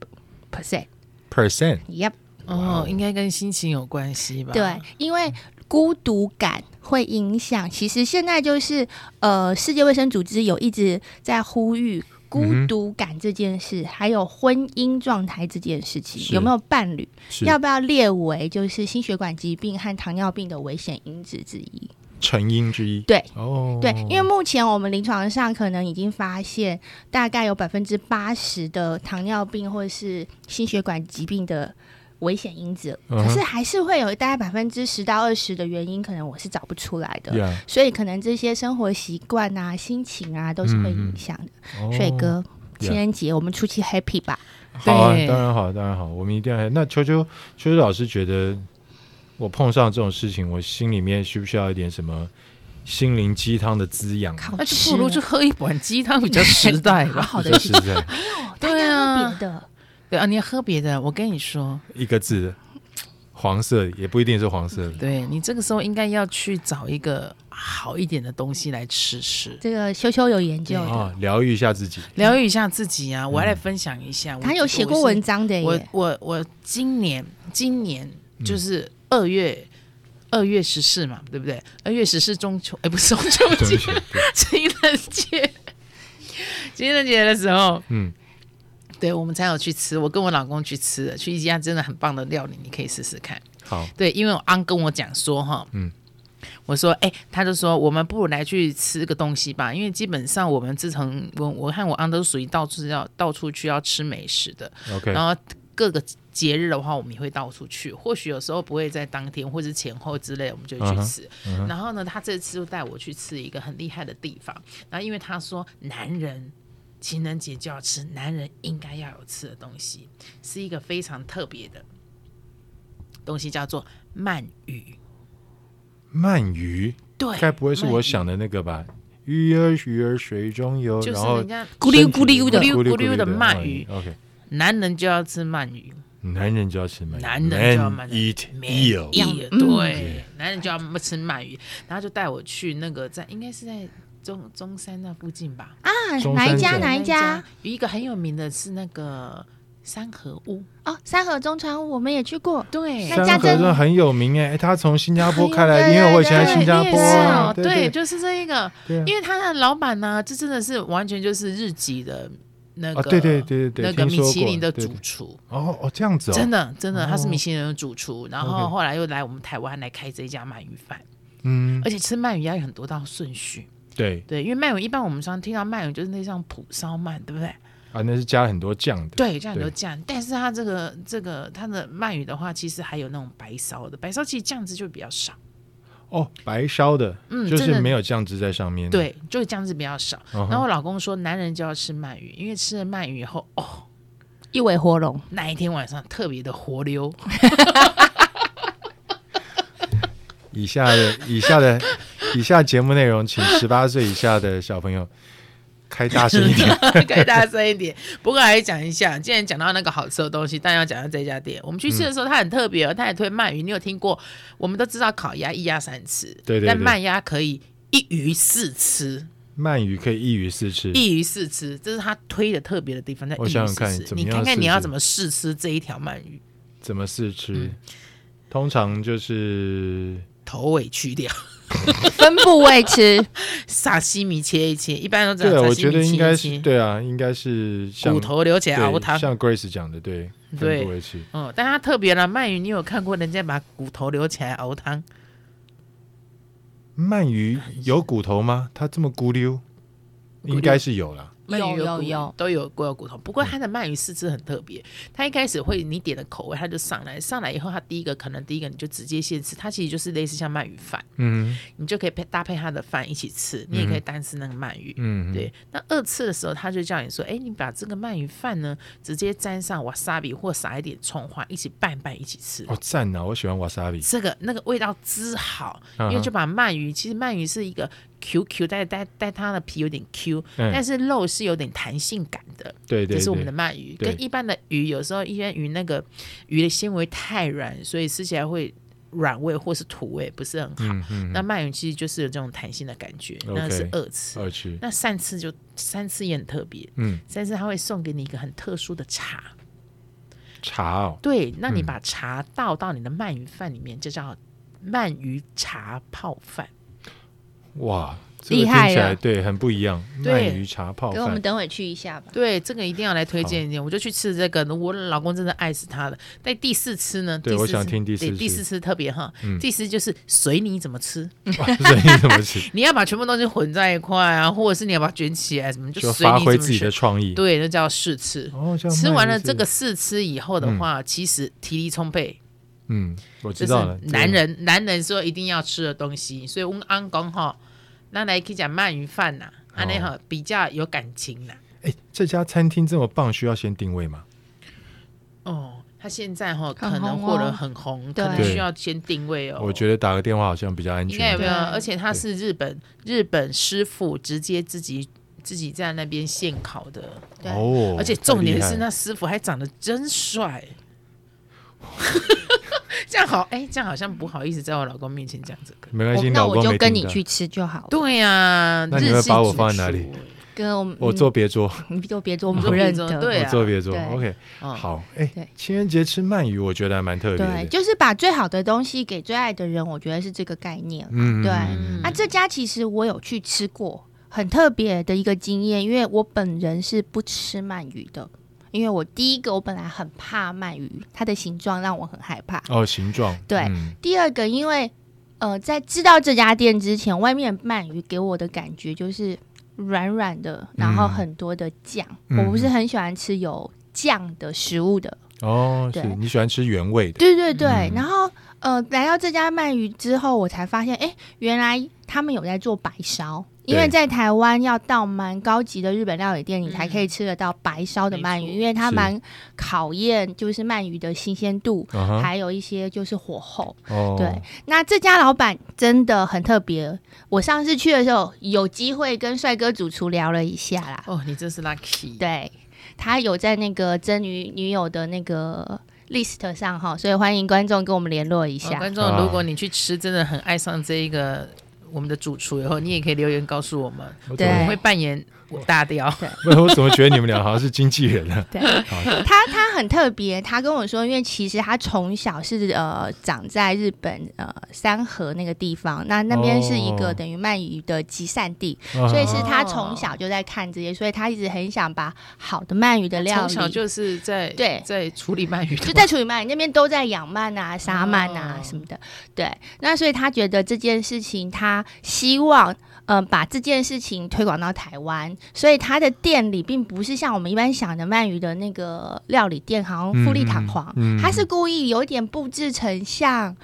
Speaker 3: percent。
Speaker 1: ，percent，
Speaker 3: Yep，
Speaker 2: 哦，应该跟心情有关系吧？
Speaker 3: 对，因为孤独感会影响。其实现在就是呃，世界卫生组织有一直在呼吁孤
Speaker 1: 嗯哼
Speaker 3: 独感这件事，还有婚姻状态这件事情，
Speaker 1: 是
Speaker 3: 有没有伴侣，
Speaker 1: 是
Speaker 3: 要不要列为就是心血管疾病和糖尿病的危险因子之一？
Speaker 1: 成因之一。
Speaker 3: 对。
Speaker 1: 哦，
Speaker 3: 对，因为目前我们临床上可能已经发现，大概有百分之八十的糖尿病或是心血管疾病的危险因子，
Speaker 1: 嗯哼
Speaker 3: 可是还是会有大概百分之十到二十的原因，可能我是找不出来的。
Speaker 1: 呀，
Speaker 3: 所以可能这些生活习惯啊、心情啊，都是会影响的。
Speaker 1: 哦
Speaker 3: 所以，哥，
Speaker 1: Yeah
Speaker 3: 情人节我们出去 happy 吧。
Speaker 1: 好啊，
Speaker 2: 对
Speaker 1: 当然好，当然好，我们一定要。那秋秋，秋秋老师觉得，我碰上这种事情，我心里面需不需要一点什么心灵鸡汤的滋养？
Speaker 3: 靠
Speaker 2: 那就
Speaker 3: 吃
Speaker 2: 不如去喝一碗鸡汤比较实在
Speaker 3: 好
Speaker 2: 吧。
Speaker 3: *laughs* 好
Speaker 1: 比
Speaker 3: 的
Speaker 1: 较
Speaker 3: 去
Speaker 1: 实在，
Speaker 3: 大
Speaker 2: 对
Speaker 3: 家
Speaker 2: 啊
Speaker 3: 喝别的，
Speaker 2: 对啊，你要喝别的，我跟你说，
Speaker 1: 一个字，黄色也不一定是黄色的。
Speaker 2: 对你这个时候应该要去找一个好一点的东西来吃吃，
Speaker 3: 这个修修有研究的，
Speaker 1: 啊，疗愈一下自己。
Speaker 2: 疗愈一下自己啊。我要来分享一下，我
Speaker 3: 嗯他有写过文章的
Speaker 2: 我
Speaker 3: 耶。
Speaker 2: 我我今年今年就是二月二、月十四嘛，对不对？二月十四中秋，哎、不是中秋
Speaker 1: 对
Speaker 2: 节
Speaker 1: 不，起对
Speaker 2: 情人节， *laughs* 情人节的时候，
Speaker 1: 嗯，
Speaker 2: 对我们才有去吃，我跟我老公去吃的，去一家真的很棒的料理，你可以试试看。
Speaker 1: 好，
Speaker 2: 对，因为我安跟我讲说哈，
Speaker 1: 嗯
Speaker 2: 嗯，我说哎、他就说我们不如来去吃个东西吧，因为基本上我们自从我我和我安都属于到处要到处去要吃美食的，
Speaker 1: OK，
Speaker 2: 然后各个节日的话，我们也会到处去，或许有时候不会在当天或是前后之类，我们就会去吃。
Speaker 1: 嗯哼
Speaker 2: 然后呢，他这次就带我去吃一个很厉害的地方，然后因为他说男人。情人节就要吃男人应该要有吃的东西，是一个非常特别的东西，叫做鳗鱼。
Speaker 1: 鳗鱼，
Speaker 2: 对，
Speaker 1: 该不会是我
Speaker 2: 鳗鱼
Speaker 1: 想的那个吧？鱼儿鱼儿水中游，
Speaker 2: 就是
Speaker 1: 然后
Speaker 2: 人家
Speaker 3: 咕溜咕溜的
Speaker 1: 身体
Speaker 2: 咕
Speaker 1: 咕
Speaker 2: 溜咕
Speaker 1: 溜
Speaker 2: 溜的鳗鱼
Speaker 1: OK，
Speaker 2: 男人就要吃鳗鱼，
Speaker 1: 男人就要吃鳗鱼，
Speaker 2: 男人就要
Speaker 1: Man
Speaker 2: 鳗
Speaker 1: eat
Speaker 2: 鱼
Speaker 1: eel，
Speaker 2: ，eel，对，
Speaker 3: 嗯
Speaker 2: 男人就要吃鳗鱼，然后就带我去那个在应该是在中中山那附近吧，
Speaker 3: 啊，
Speaker 1: 中
Speaker 3: 哪一
Speaker 1: 山
Speaker 3: 家
Speaker 1: 镇
Speaker 3: 哪一家？？
Speaker 2: 有一个很有名的是那个三合屋，
Speaker 3: 哦，三河中川屋我们也去过，
Speaker 2: 对
Speaker 3: 那
Speaker 1: 山
Speaker 3: 家
Speaker 1: 河
Speaker 3: 真
Speaker 1: 真的很有名哎，哎他从新加坡
Speaker 3: 很有
Speaker 1: 开来，
Speaker 3: 名
Speaker 1: 因为我以前
Speaker 3: 对
Speaker 1: 在新加
Speaker 2: 对
Speaker 1: 坡
Speaker 2: 你也是
Speaker 1: 啊，
Speaker 2: 哦
Speaker 1: 对
Speaker 2: 对，
Speaker 1: 对
Speaker 2: 就是这一个，
Speaker 1: 对啊
Speaker 2: 因为他的老板呢，这真的是完全就是日籍的那个，
Speaker 1: 啊对对对对
Speaker 2: 那个
Speaker 1: 听
Speaker 2: 米
Speaker 1: 说
Speaker 2: 其
Speaker 1: 过
Speaker 2: 林的
Speaker 1: 对
Speaker 2: 主
Speaker 1: 对
Speaker 2: 厨，
Speaker 1: 哦哦这样子哦，
Speaker 2: 真的真的，他是
Speaker 1: 哦
Speaker 2: 米其林的主厨，然后
Speaker 1: OK
Speaker 2: 后来又来我们台湾来开这一家鳗鱼饭，
Speaker 1: 嗯，
Speaker 2: 而且吃鳗鱼要有很多道顺序，
Speaker 1: 对
Speaker 2: 对，因为鳗鱼一般我们常听到鳗鱼就是那像蒲烧鳗，对不对？
Speaker 1: 啊，那是加了很多酱的，
Speaker 2: 对，这样很多
Speaker 1: 对
Speaker 2: 酱，但是它这个这个它的鳗鱼的话，其实还有那种白烧的，白烧其实酱汁就比较少。
Speaker 1: 哦，白烧的，
Speaker 2: 嗯
Speaker 1: 就
Speaker 2: 真
Speaker 1: 是
Speaker 2: 的
Speaker 1: 没有酱汁在上面，，
Speaker 2: 对，就是酱汁比较少。
Speaker 1: 嗯哼
Speaker 2: 然后我老公说，男人就要吃鳗鱼，因为吃了鳗鱼以后，哦，
Speaker 3: 一尾活龙。
Speaker 2: 那一天晚上特别的活溜，
Speaker 1: 以下的以下的 *laughs* 以下节目内容，请十八岁以下的小朋友开大声一
Speaker 2: *laughs*
Speaker 1: 点。
Speaker 2: 可以大声一点。不过还是讲一下，既然讲到那个好吃的东西，当然要讲到这家店。我们去吃的时候，它很特别哦，它也推鳗鱼。你有听过？我们都知道烤鸭一鸭三吃，
Speaker 1: 对对
Speaker 2: 但
Speaker 1: 对
Speaker 2: 鳗鸭可以一鱼四吃，
Speaker 1: 鳗鱼可以一鱼四吃，
Speaker 2: 一鱼四吃，这是它推的特别的地方，在一
Speaker 1: 我
Speaker 2: 鱼
Speaker 1: 想想
Speaker 2: 四
Speaker 1: 看
Speaker 2: 吃。
Speaker 1: 怎么
Speaker 2: 你
Speaker 1: 样
Speaker 2: 看看
Speaker 1: 试
Speaker 2: 你要
Speaker 1: 吃
Speaker 2: 怎么试吃这一条鳗鱼，
Speaker 1: 怎么四吃？
Speaker 2: 嗯
Speaker 1: 通常就是
Speaker 2: 头尾去掉，
Speaker 3: 分部位吃，
Speaker 2: 沙西米切一切，一般都这
Speaker 1: 对
Speaker 2: 样。
Speaker 1: 啊，
Speaker 2: 沙
Speaker 1: 我
Speaker 2: 西
Speaker 1: 觉
Speaker 2: 米
Speaker 1: 得
Speaker 2: 切
Speaker 1: 应
Speaker 2: 一
Speaker 1: 该
Speaker 2: 切
Speaker 1: 是对啊，应该是像
Speaker 2: 骨头留起
Speaker 1: 对
Speaker 2: 来熬汤。
Speaker 1: 像 Grace 讲的，对，
Speaker 2: 对
Speaker 1: 分不会吃。
Speaker 2: 嗯，但它特别了，鳗鱼你有看过人家把骨头留起来熬汤？
Speaker 1: 鳗鱼有骨头吗？它这么咕溜，
Speaker 2: 溜
Speaker 1: 应该是有嗯啦。
Speaker 2: 鳗鱼
Speaker 3: 有有
Speaker 2: 骨
Speaker 3: 有
Speaker 2: 都有过有骨头，不过它的鳗鱼四肢很特别。它一开始会你点的口味，它就上来，上来以后，它第一个可能第一个你就直接先吃，它其实就是类似像鳗鱼饭，
Speaker 1: 嗯
Speaker 2: 你就可以配搭配它的饭一起吃，你也可以单吃那个鳗鱼。
Speaker 1: 嗯，
Speaker 2: 对，那二次的时候，他就叫你说：“哎，你把这个鳗鱼饭呢，直接沾上瓦萨比或撒一点葱花，一起拌拌一起吃。”
Speaker 1: 哦，赞呐！我喜欢 wasabi。
Speaker 2: 这个那个味道之好，
Speaker 1: 嗯哼
Speaker 2: 因为就把鳗鱼，其实鳗鱼是一个 Q Q，但但但它的皮有点 Q，、
Speaker 1: 嗯
Speaker 2: 但是肉是有点弹性感的，
Speaker 1: 对对
Speaker 2: 这是我们的
Speaker 1: 对，
Speaker 2: 鳗鱼，
Speaker 1: 对
Speaker 2: 跟一般的鱼有时候一些鱼那个鱼的纤维太软，所以吃起来会软味或是土味，不是很好。
Speaker 1: 嗯嗯，
Speaker 2: 那鳗鱼其实就是有这种弹性的感觉，
Speaker 1: OK
Speaker 2: 那是二次，
Speaker 1: 二吃，
Speaker 2: 那三次就三次也很特别，
Speaker 1: 嗯，
Speaker 2: 三次它会送给你一个很特殊的茶。
Speaker 1: 茶哦，
Speaker 2: 对，那你把茶倒到你的鳗鱼饭里面，就叫鳗鱼茶泡饭。
Speaker 1: 哇，这个
Speaker 3: 厉
Speaker 1: 听
Speaker 3: 害
Speaker 1: 起来
Speaker 3: 了
Speaker 1: 对很不一样。
Speaker 2: 啊对
Speaker 1: 鳗鱼茶泡
Speaker 3: 给我们
Speaker 2: *laughs*
Speaker 1: 饭，
Speaker 3: 等会去一下吧。
Speaker 2: 对，这个一定要来推荐一点。我就去吃这个，我老公真的爱死它了。但第四吃呢？
Speaker 1: 对
Speaker 2: 第四
Speaker 1: 我
Speaker 2: 吃
Speaker 1: 想听第四
Speaker 2: 对
Speaker 1: 吃嗯
Speaker 2: 第四吃特别哈，第四就是随你怎么吃，
Speaker 1: 哇 *laughs* 所以你怎么吃？
Speaker 2: 你要把全部东西混在一块啊，或者是你要把它卷起来，什么就
Speaker 1: 就
Speaker 2: 随你
Speaker 1: 发
Speaker 2: 怎么
Speaker 1: 挥自己的
Speaker 2: 吃。
Speaker 1: 创意。
Speaker 2: 对，那叫试吃。
Speaker 1: 哦，这样
Speaker 2: 吃完
Speaker 1: 鳗鱼
Speaker 2: 了
Speaker 1: 是
Speaker 2: 这个，试吃以后的话，其实体力充沛，
Speaker 1: 嗯，我
Speaker 2: 这
Speaker 1: 知
Speaker 2: 是
Speaker 1: 道了。
Speaker 2: 男人男人说一定要吃的东西，所以我们安公哈，那来去讲鳗鱼饭呐，安尼哈比较有感情呐。
Speaker 1: 这个，哎，这家餐厅这么棒，需要先定位吗？
Speaker 2: 哦，他现在哈
Speaker 3: 很
Speaker 2: 可能
Speaker 3: 红
Speaker 2: 获
Speaker 3: 哦
Speaker 2: 得很红，可
Speaker 3: 对
Speaker 2: 能需要先定位哦。
Speaker 1: 我觉得打个电话好像比较安
Speaker 2: 应该
Speaker 1: 全
Speaker 2: 有
Speaker 1: 一
Speaker 2: 没
Speaker 1: 点。
Speaker 2: 有？啊
Speaker 3: 对
Speaker 2: 而且他是日本日本师傅直接自己自己在那边现烤的，
Speaker 3: 对
Speaker 1: 哦，
Speaker 2: 而且重点
Speaker 1: 太
Speaker 2: 是
Speaker 1: 厉害
Speaker 2: 那师傅还长得
Speaker 1: *laughs*
Speaker 2: 真帅。这样好，哎、这样好像不好意思在我老公面前讲这个。
Speaker 1: 没关系，
Speaker 3: 那
Speaker 1: 老
Speaker 3: 我
Speaker 1: 公
Speaker 3: 就
Speaker 1: 没
Speaker 3: 跟
Speaker 1: 听
Speaker 3: 你
Speaker 1: 到，
Speaker 3: 去吃就好了。
Speaker 2: 对呀、
Speaker 1: 那你
Speaker 2: 日
Speaker 1: 会
Speaker 2: 系
Speaker 1: 把我
Speaker 2: 主
Speaker 1: 放在哪
Speaker 2: 厨
Speaker 1: 里？
Speaker 3: 跟我们
Speaker 1: 我坐别桌，
Speaker 3: 嗯你就别做，我们
Speaker 2: 你就
Speaker 3: 不
Speaker 2: 别
Speaker 3: 认
Speaker 2: 做
Speaker 3: 得。
Speaker 2: 对
Speaker 1: 我
Speaker 2: 啊
Speaker 1: 坐别桌。
Speaker 3: 对
Speaker 1: OK，
Speaker 2: 嗯
Speaker 1: 好，哎
Speaker 3: 对，
Speaker 1: 情人节吃鳗鱼，我觉得还蛮特别
Speaker 3: 对，
Speaker 1: 的。
Speaker 3: 就是把最好的东西给最爱的人，我觉得是这个概念。
Speaker 1: 嗯，嗯
Speaker 3: 对
Speaker 1: 嗯嗯
Speaker 3: 啊，这家其实我有去吃过，很特别的一个经验，因为我本人是不吃鳗鱼的，因为我第一个我本来很怕鳗鱼，它的形状让我很害怕。
Speaker 1: 哦，形状，
Speaker 3: 对
Speaker 1: 嗯
Speaker 3: 第二个，因为呃，在知道这家店之前，外面的鳗鱼给我的感觉就是软软的，然后
Speaker 1: 嗯
Speaker 3: 很多的酱，
Speaker 1: 嗯
Speaker 3: 我不是很喜欢吃有酱的食物的。
Speaker 1: 哦，是
Speaker 3: 对
Speaker 1: 你喜欢吃原味的，
Speaker 3: 对对对，
Speaker 1: 嗯
Speaker 3: 然后呃，来到这家鳗鱼之后，我才发现，哎，原来他们有在做白烧，因为
Speaker 1: 对
Speaker 3: 在台湾要到蛮高级的日本料理店，你
Speaker 2: 嗯
Speaker 3: 才可以吃得到白烧的
Speaker 2: 没
Speaker 3: 鳗鱼，
Speaker 2: 错
Speaker 3: 因为它
Speaker 1: 是
Speaker 3: 蛮考验就是鳗鱼的新鲜度，
Speaker 1: 啊哈，
Speaker 3: 还有一些就是火候。
Speaker 1: 哦，
Speaker 3: 对，那这家老板真的很特别，我上次去的时候有机会跟帅哥主厨聊了一下啦。
Speaker 2: 哦，你真是 lucky。
Speaker 3: 对他有在那个真女女友的那个 list 上哈，所以欢迎观众跟我们联络一
Speaker 2: 哦
Speaker 3: 下。
Speaker 2: 观
Speaker 1: 啊
Speaker 2: 众，如果你去吃，真的很爱上这一个我们的主厨以后，你也可以留言告诉我们，
Speaker 1: 我怎
Speaker 3: 对
Speaker 2: 我
Speaker 1: 么
Speaker 2: 会扮演我大雕。
Speaker 1: 不是我怎么觉得你们俩好像是经纪人啊呢？
Speaker 3: 对
Speaker 1: 好
Speaker 3: 他他很特别，他跟我说，因为其实他从小是呃长在日本呃三河那个地方，那那边是一个
Speaker 1: 哦啊
Speaker 3: 等于鳗鱼的集散地， *laughs* 所以是他从
Speaker 2: 哦
Speaker 3: 小就在看这些，所以他一直很想把好的鳗鱼的料
Speaker 2: 从
Speaker 3: 理，
Speaker 2: 小就是在
Speaker 3: 对
Speaker 2: 在处理鳗鱼的，
Speaker 3: *laughs* 就在处理鳗鱼那边都在养鳗啊、杀鳗啊
Speaker 2: 哦
Speaker 3: 什么的。对，那所以他觉得这件事情，他希望。嗯，把这件事情推广到台湾，所以他的店里并不是像我们一般想的鳗鱼的那个料理店，好像富丽堂皇，
Speaker 1: 嗯嗯嗯
Speaker 3: 他是故意有一点布置成像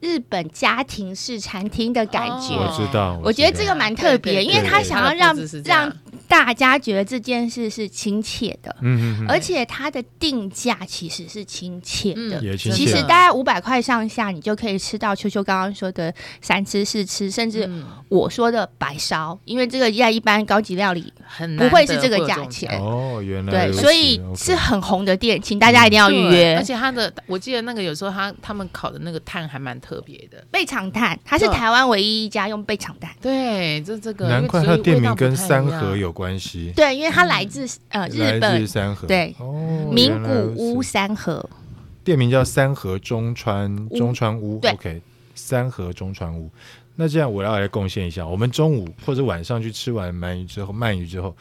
Speaker 3: 日本家庭式餐厅的感觉。
Speaker 1: 我知道，
Speaker 3: 我觉得
Speaker 1: 知
Speaker 3: 这
Speaker 1: 道
Speaker 3: 个蛮特别，
Speaker 2: 对对
Speaker 3: 因为他
Speaker 1: 对
Speaker 3: 想要让
Speaker 2: 他的布置是这样
Speaker 3: 让大家觉得这件事是亲切的，
Speaker 1: 嗯嗯嗯，
Speaker 3: 而且它的定价其实是亲切
Speaker 2: 嗯
Speaker 3: 的。
Speaker 1: 也亲
Speaker 3: 其
Speaker 1: 切
Speaker 3: 实
Speaker 1: 啊
Speaker 3: 大概五百块上下，你就可以吃到秋秋刚刚说的三吃四吃，甚至
Speaker 2: 嗯
Speaker 3: 我说的白烧，因为这个在一般高级料理，
Speaker 2: 很
Speaker 3: 不
Speaker 2: 难
Speaker 3: 会
Speaker 2: 得
Speaker 3: 是这个
Speaker 2: 会有
Speaker 3: 价
Speaker 2: 种
Speaker 3: 钱
Speaker 2: 菜
Speaker 1: 哦，原来
Speaker 3: 对，
Speaker 1: 如此
Speaker 3: 所以
Speaker 1: ，OK
Speaker 3: 是很红的店，请大家一定要预
Speaker 2: 对
Speaker 3: 约
Speaker 2: 而。且它的，我记得那个有时候他他们烤的那个碳还蛮特别的。
Speaker 3: 贝场蛋，它是
Speaker 2: 对
Speaker 3: 台湾唯一一家用贝场蛋，
Speaker 2: 对，这这个
Speaker 1: 难怪它的店名跟三河
Speaker 2: 河
Speaker 1: 有关系，
Speaker 3: 对，因为它来自呃日
Speaker 1: 嗯来
Speaker 3: 本
Speaker 1: 自三河
Speaker 3: 对
Speaker 1: 哦，
Speaker 3: 名
Speaker 1: 原来
Speaker 3: 古
Speaker 1: 如此
Speaker 3: 屋三河，
Speaker 1: 店名叫三河中川
Speaker 3: 屋
Speaker 1: 中川屋
Speaker 3: 对
Speaker 1: ，OK，三河中川屋。那这样我要来贡献一下，我们中午或者晚上去吃完鳗鱼之后，鳗鱼之后，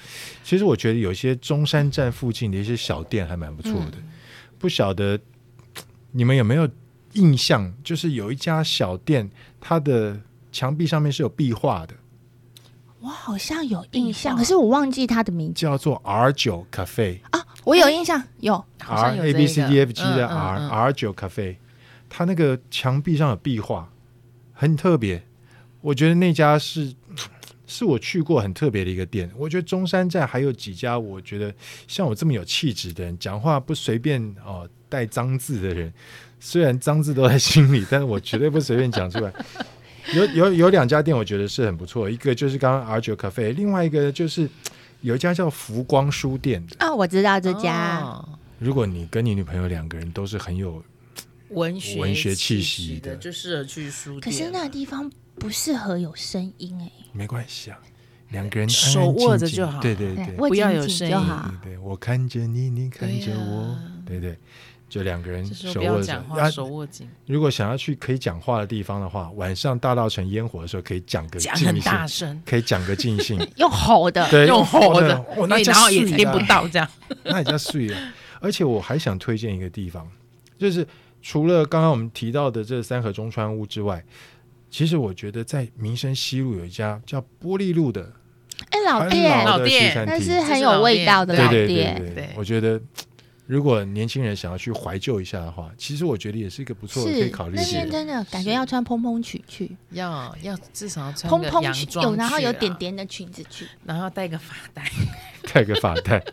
Speaker 1: 其实我觉得有些中山站附近的一些小店还蛮不错
Speaker 3: 嗯
Speaker 1: 的。不晓得你们有没有印象，就是有一家小店，它的墙壁上面是有壁画的，
Speaker 3: 我好像有印象，
Speaker 2: 壁画
Speaker 3: 可是我忘记它的名字
Speaker 1: 叫做 R 九 Cafe。
Speaker 3: 啊，我有印象，有
Speaker 1: R A B C D E F G 的 R、
Speaker 2: 嗯嗯嗯
Speaker 1: R 九咖啡，它那个墙壁上有壁画，很特别。我觉得那家是是我去过很特别的一个店。我觉得中山站还有几家，我觉得像我这么有气质的人，讲话不随便哦带脏字的人，虽然脏字都在心里，但是我绝对不随便讲出来。有有有两家店，我觉得是很不错，一个就是刚刚 R 九咖啡，另外一个就是有一家叫福光书店的。
Speaker 3: 啊，我知道这家。
Speaker 2: 哦
Speaker 1: 如果你跟你女朋友两个人都是很有，
Speaker 2: 文学
Speaker 1: 文学气息
Speaker 2: 息
Speaker 1: 的
Speaker 2: 就适合去书店。
Speaker 3: 可是那个地方不适合有声音哎、
Speaker 1: 没关系啊，两个人
Speaker 2: 手
Speaker 1: 安安静静
Speaker 2: 握着就好
Speaker 1: 对对对，嗯
Speaker 3: 对，
Speaker 1: 对
Speaker 3: 握
Speaker 2: 不要
Speaker 3: 紧
Speaker 2: 有
Speaker 3: 紧
Speaker 2: 声
Speaker 3: 就
Speaker 2: 音
Speaker 3: 好。
Speaker 1: 对，我看着你，你看着我，对对，就两个人
Speaker 2: 这时
Speaker 1: 嗯手
Speaker 2: 候
Speaker 1: 握
Speaker 2: 不要
Speaker 1: 着啊
Speaker 2: 讲话，手握紧，
Speaker 1: 如果想要去可以讲话的地方的话，晚上大稻城烟火的时候可以讲个
Speaker 2: 讲
Speaker 1: 尽
Speaker 2: 很
Speaker 1: 兴，
Speaker 2: 大声，
Speaker 1: 可以讲个尽兴，
Speaker 3: 用吼的，
Speaker 1: 对，
Speaker 2: *laughs* 用吼的
Speaker 1: 哦，哦，那
Speaker 2: 对
Speaker 1: 叫
Speaker 2: 然后也
Speaker 1: 睡
Speaker 2: 听不
Speaker 1: 啊
Speaker 2: 到这样。
Speaker 1: 那也叫睡了。而且我还想推荐一个地方，就是除了刚刚我们提到的这三河中川屋之外，其实我觉得在民生西路有一家叫玻璃路的
Speaker 3: 哎、老
Speaker 1: 很
Speaker 3: 店，
Speaker 1: 老
Speaker 2: 老
Speaker 1: 的
Speaker 2: 店
Speaker 1: 西餐
Speaker 3: 那
Speaker 1: 厅，
Speaker 3: 是很有味道的
Speaker 1: 对
Speaker 3: 老
Speaker 1: 对
Speaker 3: 店。
Speaker 1: 对
Speaker 2: 对
Speaker 1: 我觉得。如果年轻人想要去怀旧一下的话，其实我觉得也是一个不错的，可以
Speaker 3: 是
Speaker 1: 考虑
Speaker 3: 那
Speaker 1: 一下
Speaker 3: 边。真的感觉要穿蓬蓬裙去，
Speaker 2: 要要至少要穿
Speaker 3: 蓬
Speaker 2: 个
Speaker 3: 蓬
Speaker 2: 洋
Speaker 3: 裙
Speaker 2: 装
Speaker 3: 有，然后
Speaker 2: 去啊
Speaker 3: 有
Speaker 2: 啦
Speaker 3: 点，点的裙子去。
Speaker 2: 然后戴个发带。
Speaker 1: *laughs* 戴个发带。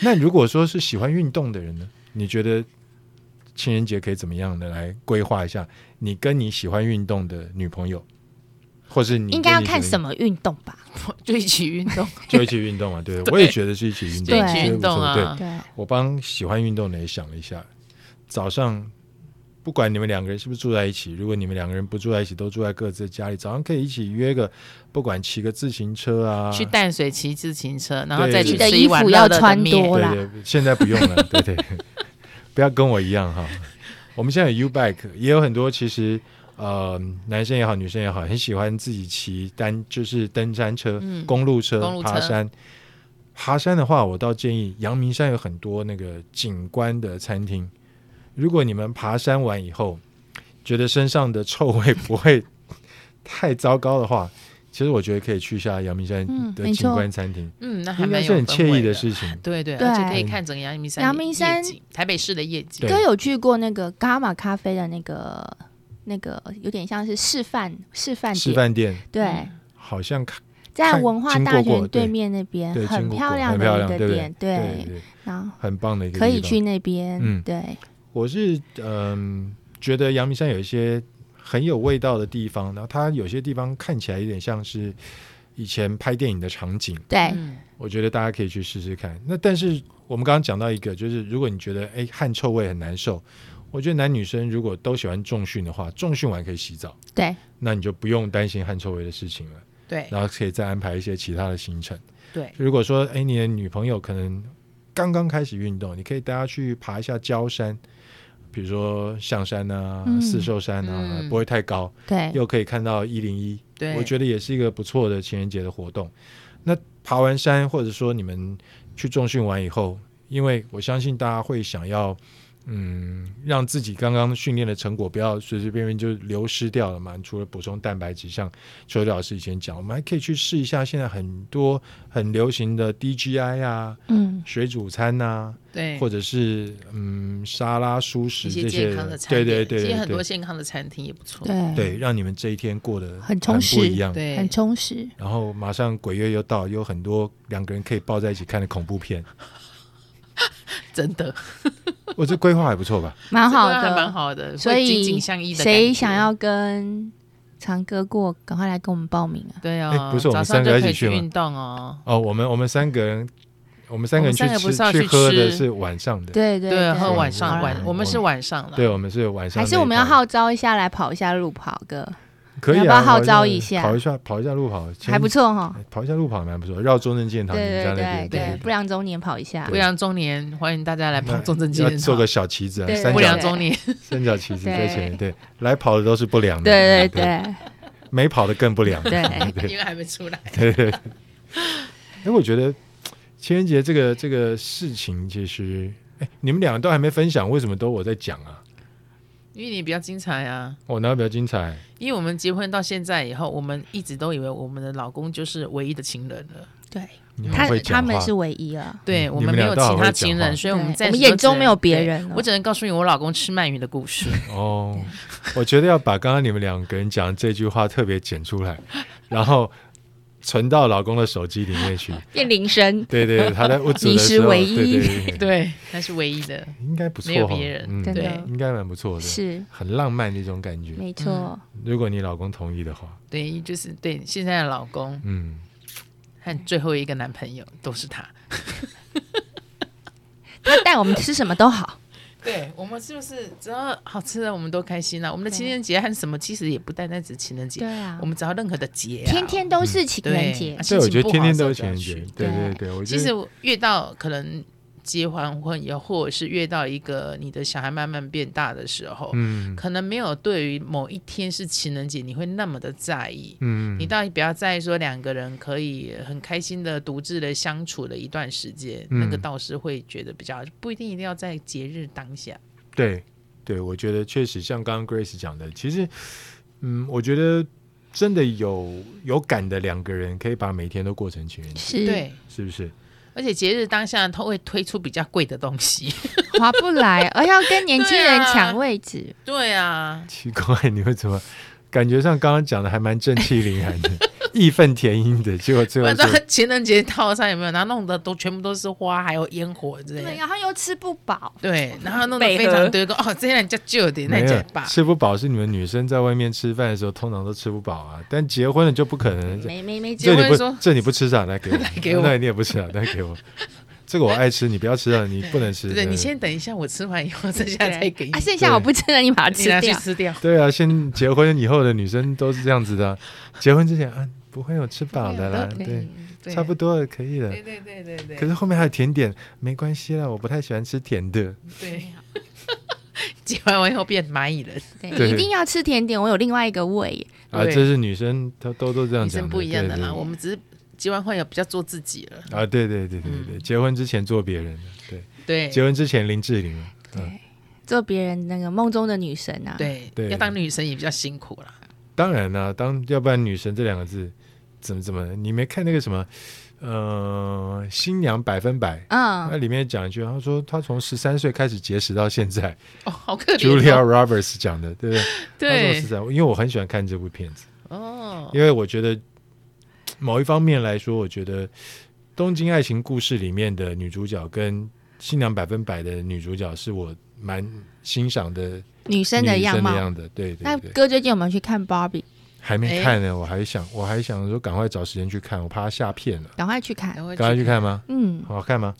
Speaker 1: 那如果说是喜欢运动的人呢？你觉得情人节可以怎么样的来规划一下？你跟你喜欢运动的女朋友，或是你
Speaker 3: 应该要看
Speaker 1: 么？
Speaker 3: 什么运动吧？
Speaker 2: 就一起运
Speaker 1: *laughs*
Speaker 2: 动，
Speaker 1: 就一起运动嘛，对，我也觉得是一起运动，
Speaker 3: 对一起
Speaker 1: 觉得
Speaker 2: 运动啊
Speaker 1: 不错对，
Speaker 3: 对，
Speaker 1: 我帮喜欢运动的也想了一下，早上不管你们两个人是不是住在一起，如果你们两个人不住在一起，都住在各自的家里，早上可以一起约个，不管骑个自行车啊，
Speaker 2: 去淡水骑自行车，然后
Speaker 1: 对
Speaker 2: 再
Speaker 1: 自己
Speaker 2: 去
Speaker 3: 的
Speaker 2: 吃
Speaker 3: 衣
Speaker 2: 一碗
Speaker 3: 服
Speaker 2: 热
Speaker 3: 要
Speaker 2: 热的
Speaker 3: 穿
Speaker 2: 面
Speaker 3: 多啦
Speaker 1: 对对，现在不用了，对对，不要跟我一样哈。我们现在有 U bike，也有很多其实呃，男生也好，女生也好，很喜欢自己骑单，就是登山车、
Speaker 2: 嗯
Speaker 1: 公路车、
Speaker 2: 公路车
Speaker 1: 爬山。爬山的话，我倒建议阳明山有很多那个景观的餐厅。如果你们爬山完以后，觉得身上的臭味不会太糟糕的话，其实我觉得可以去一下阳明山
Speaker 3: 嗯
Speaker 1: 的
Speaker 3: 没
Speaker 1: 景
Speaker 3: 错
Speaker 1: 观餐厅，
Speaker 2: 嗯，那还
Speaker 1: 应该
Speaker 2: 蛮
Speaker 1: 是
Speaker 2: 有
Speaker 1: 很
Speaker 2: 氛
Speaker 1: 惬
Speaker 2: 围
Speaker 1: 意
Speaker 2: 的
Speaker 1: 的事情。
Speaker 2: 对对，
Speaker 3: 对
Speaker 2: 而且可以看整个阳明山的
Speaker 3: 阳明山
Speaker 2: 夜景台北市的夜景
Speaker 1: 对，
Speaker 3: 哥有去过那个伽马咖啡的那个那个，有点像是示范示范
Speaker 1: 示
Speaker 3: 点，
Speaker 1: 范店
Speaker 3: 对，
Speaker 2: 嗯
Speaker 1: 好像看
Speaker 3: 在
Speaker 1: 看
Speaker 3: 文化
Speaker 1: 经
Speaker 3: 大
Speaker 1: 过过
Speaker 3: 学对面那边
Speaker 1: 对，
Speaker 3: 很
Speaker 1: 经过过
Speaker 3: 漂亮
Speaker 1: 很漂
Speaker 3: 的一
Speaker 1: 亮，
Speaker 3: 个
Speaker 1: 对不
Speaker 3: 店，
Speaker 1: 对对对，
Speaker 3: 然后
Speaker 1: 很棒的一个
Speaker 3: 可以
Speaker 1: 地方
Speaker 3: 去。那边，
Speaker 1: 嗯
Speaker 3: 对，
Speaker 1: 我是嗯、觉得阳明山有一些很有味道的地方，然后它有些地方看起来有点像是以前拍电影的场景，
Speaker 3: 对，
Speaker 2: 嗯
Speaker 1: 我觉得大家可以去试试看。那但是我们刚刚讲到一个，就是如果你觉得哎汗臭味很难受，我觉得男女生如果都喜欢重训的话，重训完可以洗澡，
Speaker 3: 对，
Speaker 1: 那你就不用担心汗臭味的事情了，
Speaker 2: 对
Speaker 1: 然后可以再安排一些其他的行程。
Speaker 2: 对
Speaker 1: 如果说哎你的女朋友可能刚刚开始运动，你可以带她去爬一下焦山。比如说象山啊、
Speaker 3: 嗯
Speaker 1: 四兽山啊，
Speaker 2: 嗯
Speaker 1: 不会太高，
Speaker 3: 对，
Speaker 1: 又可以看到一零一，
Speaker 2: 对，
Speaker 1: 我觉得也是一个不错的情人节的活动。那爬完山，或者说你们去重训完以后，因为我相信大家会想要，嗯，让自己刚刚训练的成果不要随随便便就流失掉了嘛。除了补充蛋白质，像邱老师以前讲，我们还可以去试一下现在很多很流行的 DGI 啊、
Speaker 3: 嗯，
Speaker 1: 水煮餐呐、
Speaker 2: 对
Speaker 1: 或者是嗯沙拉、蔬食
Speaker 2: 一些
Speaker 1: 这些
Speaker 2: 健康
Speaker 1: 的
Speaker 2: 的，餐
Speaker 1: 对
Speaker 2: 厅，
Speaker 1: 对对
Speaker 2: 其实很多
Speaker 1: 对
Speaker 2: 健康的餐厅也不错。
Speaker 3: 对，
Speaker 1: 对，让你们这一天过得
Speaker 3: 很充
Speaker 1: 不
Speaker 3: 实
Speaker 1: 一样。
Speaker 2: 对
Speaker 3: 很充实，
Speaker 1: 然后马上鬼月又到，有很多两个人可以抱在一起看的恐怖 *laughs* 片，
Speaker 2: *laughs* 真的，
Speaker 1: 我这规划还不错吧？
Speaker 3: 蛮好
Speaker 2: 这个还蛮
Speaker 3: 的。
Speaker 2: 好的，
Speaker 3: 所
Speaker 2: 会
Speaker 3: 以
Speaker 2: 紧紧相依的感觉。
Speaker 3: 谁想要跟长哥过，赶快来跟我们报名啊！
Speaker 2: 对
Speaker 1: 哎
Speaker 2: 哦，
Speaker 1: 不是我们
Speaker 2: 早上
Speaker 1: 三个
Speaker 2: 就
Speaker 1: 一
Speaker 2: 可
Speaker 1: 起
Speaker 2: 以
Speaker 1: 去
Speaker 2: 去
Speaker 1: 吗
Speaker 2: 运动哦。
Speaker 1: 哦，我们我们三个人，我们三个人去
Speaker 2: 我们三个不
Speaker 1: 吃
Speaker 2: 是要去
Speaker 1: 去喝的
Speaker 2: 吃
Speaker 1: 是晚上的，
Speaker 3: 对对
Speaker 2: 对，
Speaker 3: 对，
Speaker 2: 喝晚上
Speaker 1: 好
Speaker 2: 晚，我们是晚上了。
Speaker 1: 对，我们是晚上那一趴。
Speaker 3: 还是我们要号召一下来跑一下路跑哥，
Speaker 1: 可以
Speaker 3: 你要
Speaker 1: 啊，
Speaker 3: 不要号
Speaker 1: 跑
Speaker 3: 召一下
Speaker 1: 跑一下跑一下路跑，前
Speaker 3: 还不，错哈。
Speaker 1: 哎跑一下路跑蛮不错，绕中正纪念堂你
Speaker 3: 对
Speaker 1: 们
Speaker 3: 对
Speaker 1: 家那边，
Speaker 3: 对，不
Speaker 1: 对，
Speaker 3: 良周年跑一下
Speaker 2: 不。良中年，欢迎大家来跑
Speaker 1: 那
Speaker 2: 重症纪
Speaker 1: 要
Speaker 2: 念
Speaker 1: 做
Speaker 2: 堂
Speaker 1: 个。小旗子啊，
Speaker 3: 对
Speaker 1: 三
Speaker 2: 不良
Speaker 1: 角
Speaker 2: 中年，
Speaker 1: 三角旗子在前面，
Speaker 3: 对
Speaker 1: 对，来跑的都是不良的，
Speaker 3: 对对
Speaker 1: 对，
Speaker 3: 对
Speaker 1: 没跑的更不良，
Speaker 3: 对，
Speaker 1: *laughs* 对
Speaker 2: 因为还没出来。
Speaker 1: 对对。对哎，我觉得情人节这个这个事情，其实哎，你们两个都还没分享，为什么都我在讲啊？哦
Speaker 2: 因为你比较精彩啊，
Speaker 1: 我哪有比较精彩？
Speaker 2: 因为我们结婚到现在以后，我们一直都以为我们的老公就是唯一的情人了。
Speaker 3: 对，
Speaker 1: 你
Speaker 3: 他
Speaker 1: 很嗯会
Speaker 3: 他
Speaker 1: 讲
Speaker 3: 们
Speaker 1: 话
Speaker 3: 是。唯一啊了。
Speaker 2: 对
Speaker 1: 嗯
Speaker 2: 我
Speaker 1: 你们
Speaker 2: 没
Speaker 1: 俩
Speaker 2: 有
Speaker 1: 都好
Speaker 2: 其
Speaker 1: 会
Speaker 2: 他
Speaker 1: 讲
Speaker 2: 情
Speaker 1: 话
Speaker 2: 人，所以我们
Speaker 3: 对
Speaker 2: 在
Speaker 3: 我们眼中没有别人了
Speaker 2: 我只能告诉你，我老公吃鳗鱼的
Speaker 1: *laughs*
Speaker 2: 故事。
Speaker 1: 哦，我觉得要把刚刚你们两个人讲的这句话特别剪出来，然后存到老公的手机里面
Speaker 3: *laughs*
Speaker 1: 去。
Speaker 3: 变铃声，
Speaker 1: 对对，他在屋子的
Speaker 3: *laughs* 你是
Speaker 1: 时候，
Speaker 3: 唯一
Speaker 1: 对对对，
Speaker 2: 对，那是唯一的。
Speaker 1: 应该不错
Speaker 2: 没有
Speaker 1: 哈
Speaker 2: 别人
Speaker 1: 嗯
Speaker 3: 真的
Speaker 1: 应该蛮不错的，
Speaker 3: 是
Speaker 1: 很浪漫的一种感觉。
Speaker 3: 没错。
Speaker 1: 如果你老公同意的话，
Speaker 2: 对，就是对现在的老公
Speaker 1: 嗯，
Speaker 2: 和最后一个男朋友都是他。
Speaker 3: 他带我们吃什么都好，
Speaker 2: 对我们是不是只要好吃的我们都开心了、我们的情人节和什么其实也不单单只是情人节，
Speaker 3: 对啊
Speaker 2: 我，们只要任何的节、啊，
Speaker 3: 天天都是情人节
Speaker 2: 对啊，
Speaker 1: 对，
Speaker 2: 心
Speaker 1: 我
Speaker 2: 情
Speaker 1: 觉得
Speaker 2: 不
Speaker 1: 天
Speaker 2: 好的
Speaker 1: 天
Speaker 2: 时
Speaker 1: 都
Speaker 2: 候
Speaker 1: 有
Speaker 2: 就
Speaker 1: 情
Speaker 2: 要
Speaker 1: 人
Speaker 2: 去
Speaker 1: 节，对
Speaker 3: 对
Speaker 1: 对对，我觉
Speaker 2: 其
Speaker 1: 得
Speaker 2: 实越到可能结完婚以后，或者是越到一个你的小孩慢慢变大的时候，
Speaker 1: 嗯
Speaker 2: 可能没有对于某一天是情人节你会那么的在意。
Speaker 1: 嗯，
Speaker 2: 你到底不要在意说两个人可以很开心的独自的相处了一段时间，
Speaker 1: 嗯
Speaker 2: 那个倒是会觉得比较不一定一定要在节日当下。
Speaker 1: 嗯对对，我觉得确实像刚刚 Grace 讲的，其实嗯，我觉得真的有有感的两个人，可以把每天都过成情人节，
Speaker 3: 是
Speaker 2: 对，
Speaker 1: 是不是？
Speaker 2: 而且节日当下他会推出比较贵的
Speaker 1: *laughs*
Speaker 2: 东西。
Speaker 3: 划不来，而要跟年轻人抢位置。
Speaker 2: 对啊，
Speaker 1: 奇怪， *laughs* 你会怎么感觉上刚刚讲的还蛮正气凛然的，义愤填膺的，结果最后
Speaker 2: 不知
Speaker 1: 就
Speaker 2: 道情人节套餐有没有，然后弄的都全部都是花，还有烟火之类的。
Speaker 3: 然后又吃不饱，
Speaker 2: 对，然后弄得
Speaker 3: 北
Speaker 2: 非
Speaker 3: 河
Speaker 2: 常多个哦，这样叫旧的，那
Speaker 1: 没
Speaker 2: 叫
Speaker 1: 有
Speaker 2: 爸。
Speaker 1: 吃不饱，是你们女生在外面吃饭的时候通常都吃不饱啊，但结婚了就不可能。
Speaker 3: 没没没
Speaker 2: 结
Speaker 1: 这
Speaker 2: 婚
Speaker 1: 你不
Speaker 2: 说
Speaker 1: 这你不吃啥？来
Speaker 2: *laughs*
Speaker 1: 给我，
Speaker 2: 给我
Speaker 1: 那你也不吃啊？来给我，这个我爱吃，你不要吃啊，你不能吃。
Speaker 2: 对，你先等一下，我吃完以后， *laughs* 剩下再给你
Speaker 1: 哎
Speaker 3: 啊，，剩下我不吃了，你把它吃
Speaker 2: 你拿去 *laughs*
Speaker 3: 掉。
Speaker 2: 吃掉。
Speaker 1: *laughs* 对啊，先结婚以后的女生都是这样子
Speaker 2: *laughs*
Speaker 1: 的啊，结婚之前啊，不会有吃饱的啦，
Speaker 2: 对
Speaker 1: 对，
Speaker 2: 对，
Speaker 1: 差不多了，可以了
Speaker 2: 对。对对对对，
Speaker 1: 可是后面还有甜点，没关系啦，我不太喜欢吃甜的。
Speaker 2: 对。 *laughs* 结完完以后变蚂蚁人，
Speaker 1: 对
Speaker 3: 对，一定要吃甜点。我有另外一个胃，
Speaker 1: 啊，
Speaker 2: 对
Speaker 1: 这是女生都都都这样
Speaker 2: 女
Speaker 1: 讲
Speaker 2: 生
Speaker 1: 的，
Speaker 2: 不一样的
Speaker 1: 对
Speaker 2: 啦。
Speaker 1: 对
Speaker 2: 我们只是结完婚也比较做自己了，
Speaker 1: 啊，对对对对对对，结婚之前做别人的，对，
Speaker 2: 嗯对
Speaker 1: 结婚之前林志玲，嗯，
Speaker 3: 对，做别人那个梦中的女神啊。，
Speaker 2: 对
Speaker 1: 对
Speaker 2: 要当女生也比较辛苦啦。
Speaker 1: 当然啦，当要不然女神这两个字怎么怎么，你没看那个什么，呃，新娘百分百，那
Speaker 2: 啊
Speaker 3: 嗯，
Speaker 1: 里面讲一句，他说他从十三岁开始节食到现在
Speaker 2: 哦，好可
Speaker 1: ，Julia
Speaker 2: 怜哦，
Speaker 1: Roberts 讲的，对不对？他从
Speaker 2: 对
Speaker 1: 十三，因为我很喜欢看这部片子，
Speaker 2: 哦，
Speaker 1: 因为我觉得某一方面来说，我觉得《东京爱情故事》里面的女主角跟《新娘百分百》的女主角是我蛮欣赏的
Speaker 3: 女生的
Speaker 1: 女
Speaker 3: 样貌
Speaker 1: 的。样子。对
Speaker 3: 那
Speaker 1: 对对，
Speaker 3: 哥最近有没有去看嗯 Barbie？
Speaker 1: 还没看呢，我还想我还想说赶快找时间去看，我怕她吓骗了。
Speaker 3: 赶快去看，
Speaker 2: 赶
Speaker 1: 赶快
Speaker 2: 快
Speaker 1: 去
Speaker 2: 去看，
Speaker 1: 看吗？
Speaker 3: 嗯，
Speaker 1: 好看吗？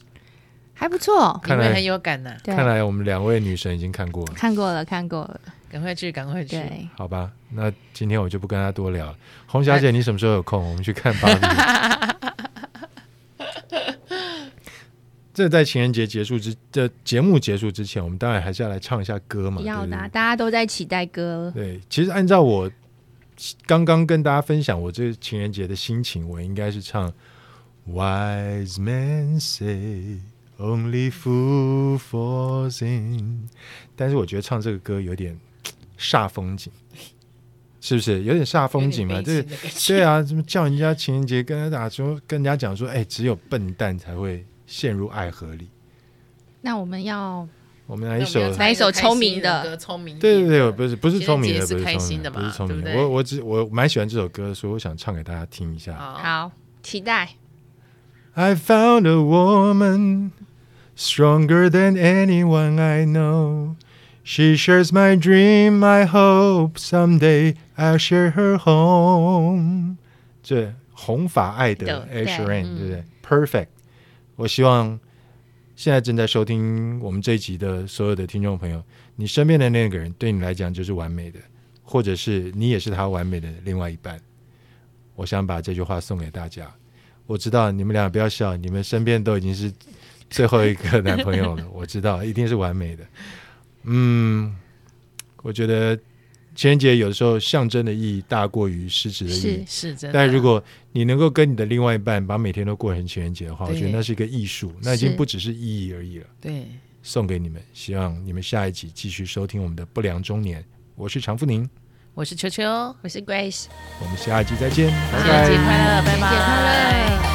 Speaker 3: 还不错。
Speaker 2: 你
Speaker 1: 看
Speaker 2: 会
Speaker 1: 来
Speaker 2: 很有感呐，
Speaker 3: 对，
Speaker 1: 看来我们两位女神已经看过了，
Speaker 3: 看过了，看过了。
Speaker 2: 赶快去，赶快去。
Speaker 3: 对，
Speaker 1: 好吧？那今天我就不跟她多聊了。洪小姐，你什么时候有空？我们去看芭比。这在情人节结束之这节目结束之前，我们当然还是要来唱一下歌嘛，
Speaker 3: 要
Speaker 1: 对不
Speaker 3: 的
Speaker 1: 嗯对
Speaker 3: 啊，大家都在期
Speaker 2: *laughs*
Speaker 3: 待歌。
Speaker 1: 对，其实按照我刚刚跟大家分享我这情人节的心情，我应该是唱 Wise men say only fool falls in，但是我觉得唱这个歌有点煞风
Speaker 2: *laughs*
Speaker 1: 景，是不是有点煞风景嘛？
Speaker 2: 有
Speaker 1: 这
Speaker 2: 点
Speaker 1: 个
Speaker 2: 悲情的感觉
Speaker 1: 对啊，怎么叫人家情人节跟他打说跟人家讲说，哎，只有笨蛋才会陷入爱河里。
Speaker 3: 那我们要
Speaker 1: 我们来
Speaker 2: 那我
Speaker 1: 一
Speaker 2: 们
Speaker 1: 首
Speaker 2: 要唱
Speaker 3: 来一首
Speaker 2: 开
Speaker 3: 聪
Speaker 2: 心
Speaker 3: 明的
Speaker 2: 歌，聪明一
Speaker 1: 对
Speaker 2: 点
Speaker 1: 对对，
Speaker 2: 的
Speaker 1: 不是不是
Speaker 2: 情人
Speaker 1: 聪明
Speaker 2: 节
Speaker 1: 的，
Speaker 2: 是
Speaker 1: 不是
Speaker 2: 开
Speaker 1: 聪
Speaker 2: 心
Speaker 1: 明
Speaker 2: 的
Speaker 1: 不是
Speaker 2: 嘛
Speaker 1: 聪
Speaker 2: 对
Speaker 1: 明
Speaker 2: 不
Speaker 1: 的。
Speaker 2: 对
Speaker 1: 我我只我蛮喜欢这首歌，所以我想唱给大家听一下。
Speaker 2: 好
Speaker 3: 好期待
Speaker 1: I found a woman stronger than anyone I know. She shares my dream, I hope someday I'll share her home. 这红发艾德
Speaker 3: 对
Speaker 1: a s h e r a n
Speaker 2: 嗯
Speaker 1: 对不对？Perfect。我希望现在正在收听我们这一集的所有的听众朋友，你身边的那个人对你来讲就是完美的，或者是你也是他完美的另外一半。我想把这句话送给大家。我知道你们俩不要笑，你们身边都已经是最后一个男朋友了，
Speaker 2: *laughs*
Speaker 1: 我知道一定是完美的。嗯，我觉得情人节有时候象征的意义大过于实质的意义
Speaker 3: 是。
Speaker 2: 是真的。
Speaker 1: 但如果你能够跟你的另外一半把每天都过成情人节的话，我
Speaker 2: 对
Speaker 1: 觉得那是一个艺术，那已经
Speaker 3: 是
Speaker 1: 不只是意义而已了。
Speaker 2: 对，
Speaker 1: 送给你们，希望你们下一集继续收听我们的不良中年。我是常富宁，
Speaker 2: 我是球球，
Speaker 3: 哦我是 Grace，
Speaker 1: 我们下一集再见，拜
Speaker 2: 情
Speaker 1: 拜
Speaker 2: 人节。快乐，拜
Speaker 3: 情人节快乐
Speaker 2: 拜。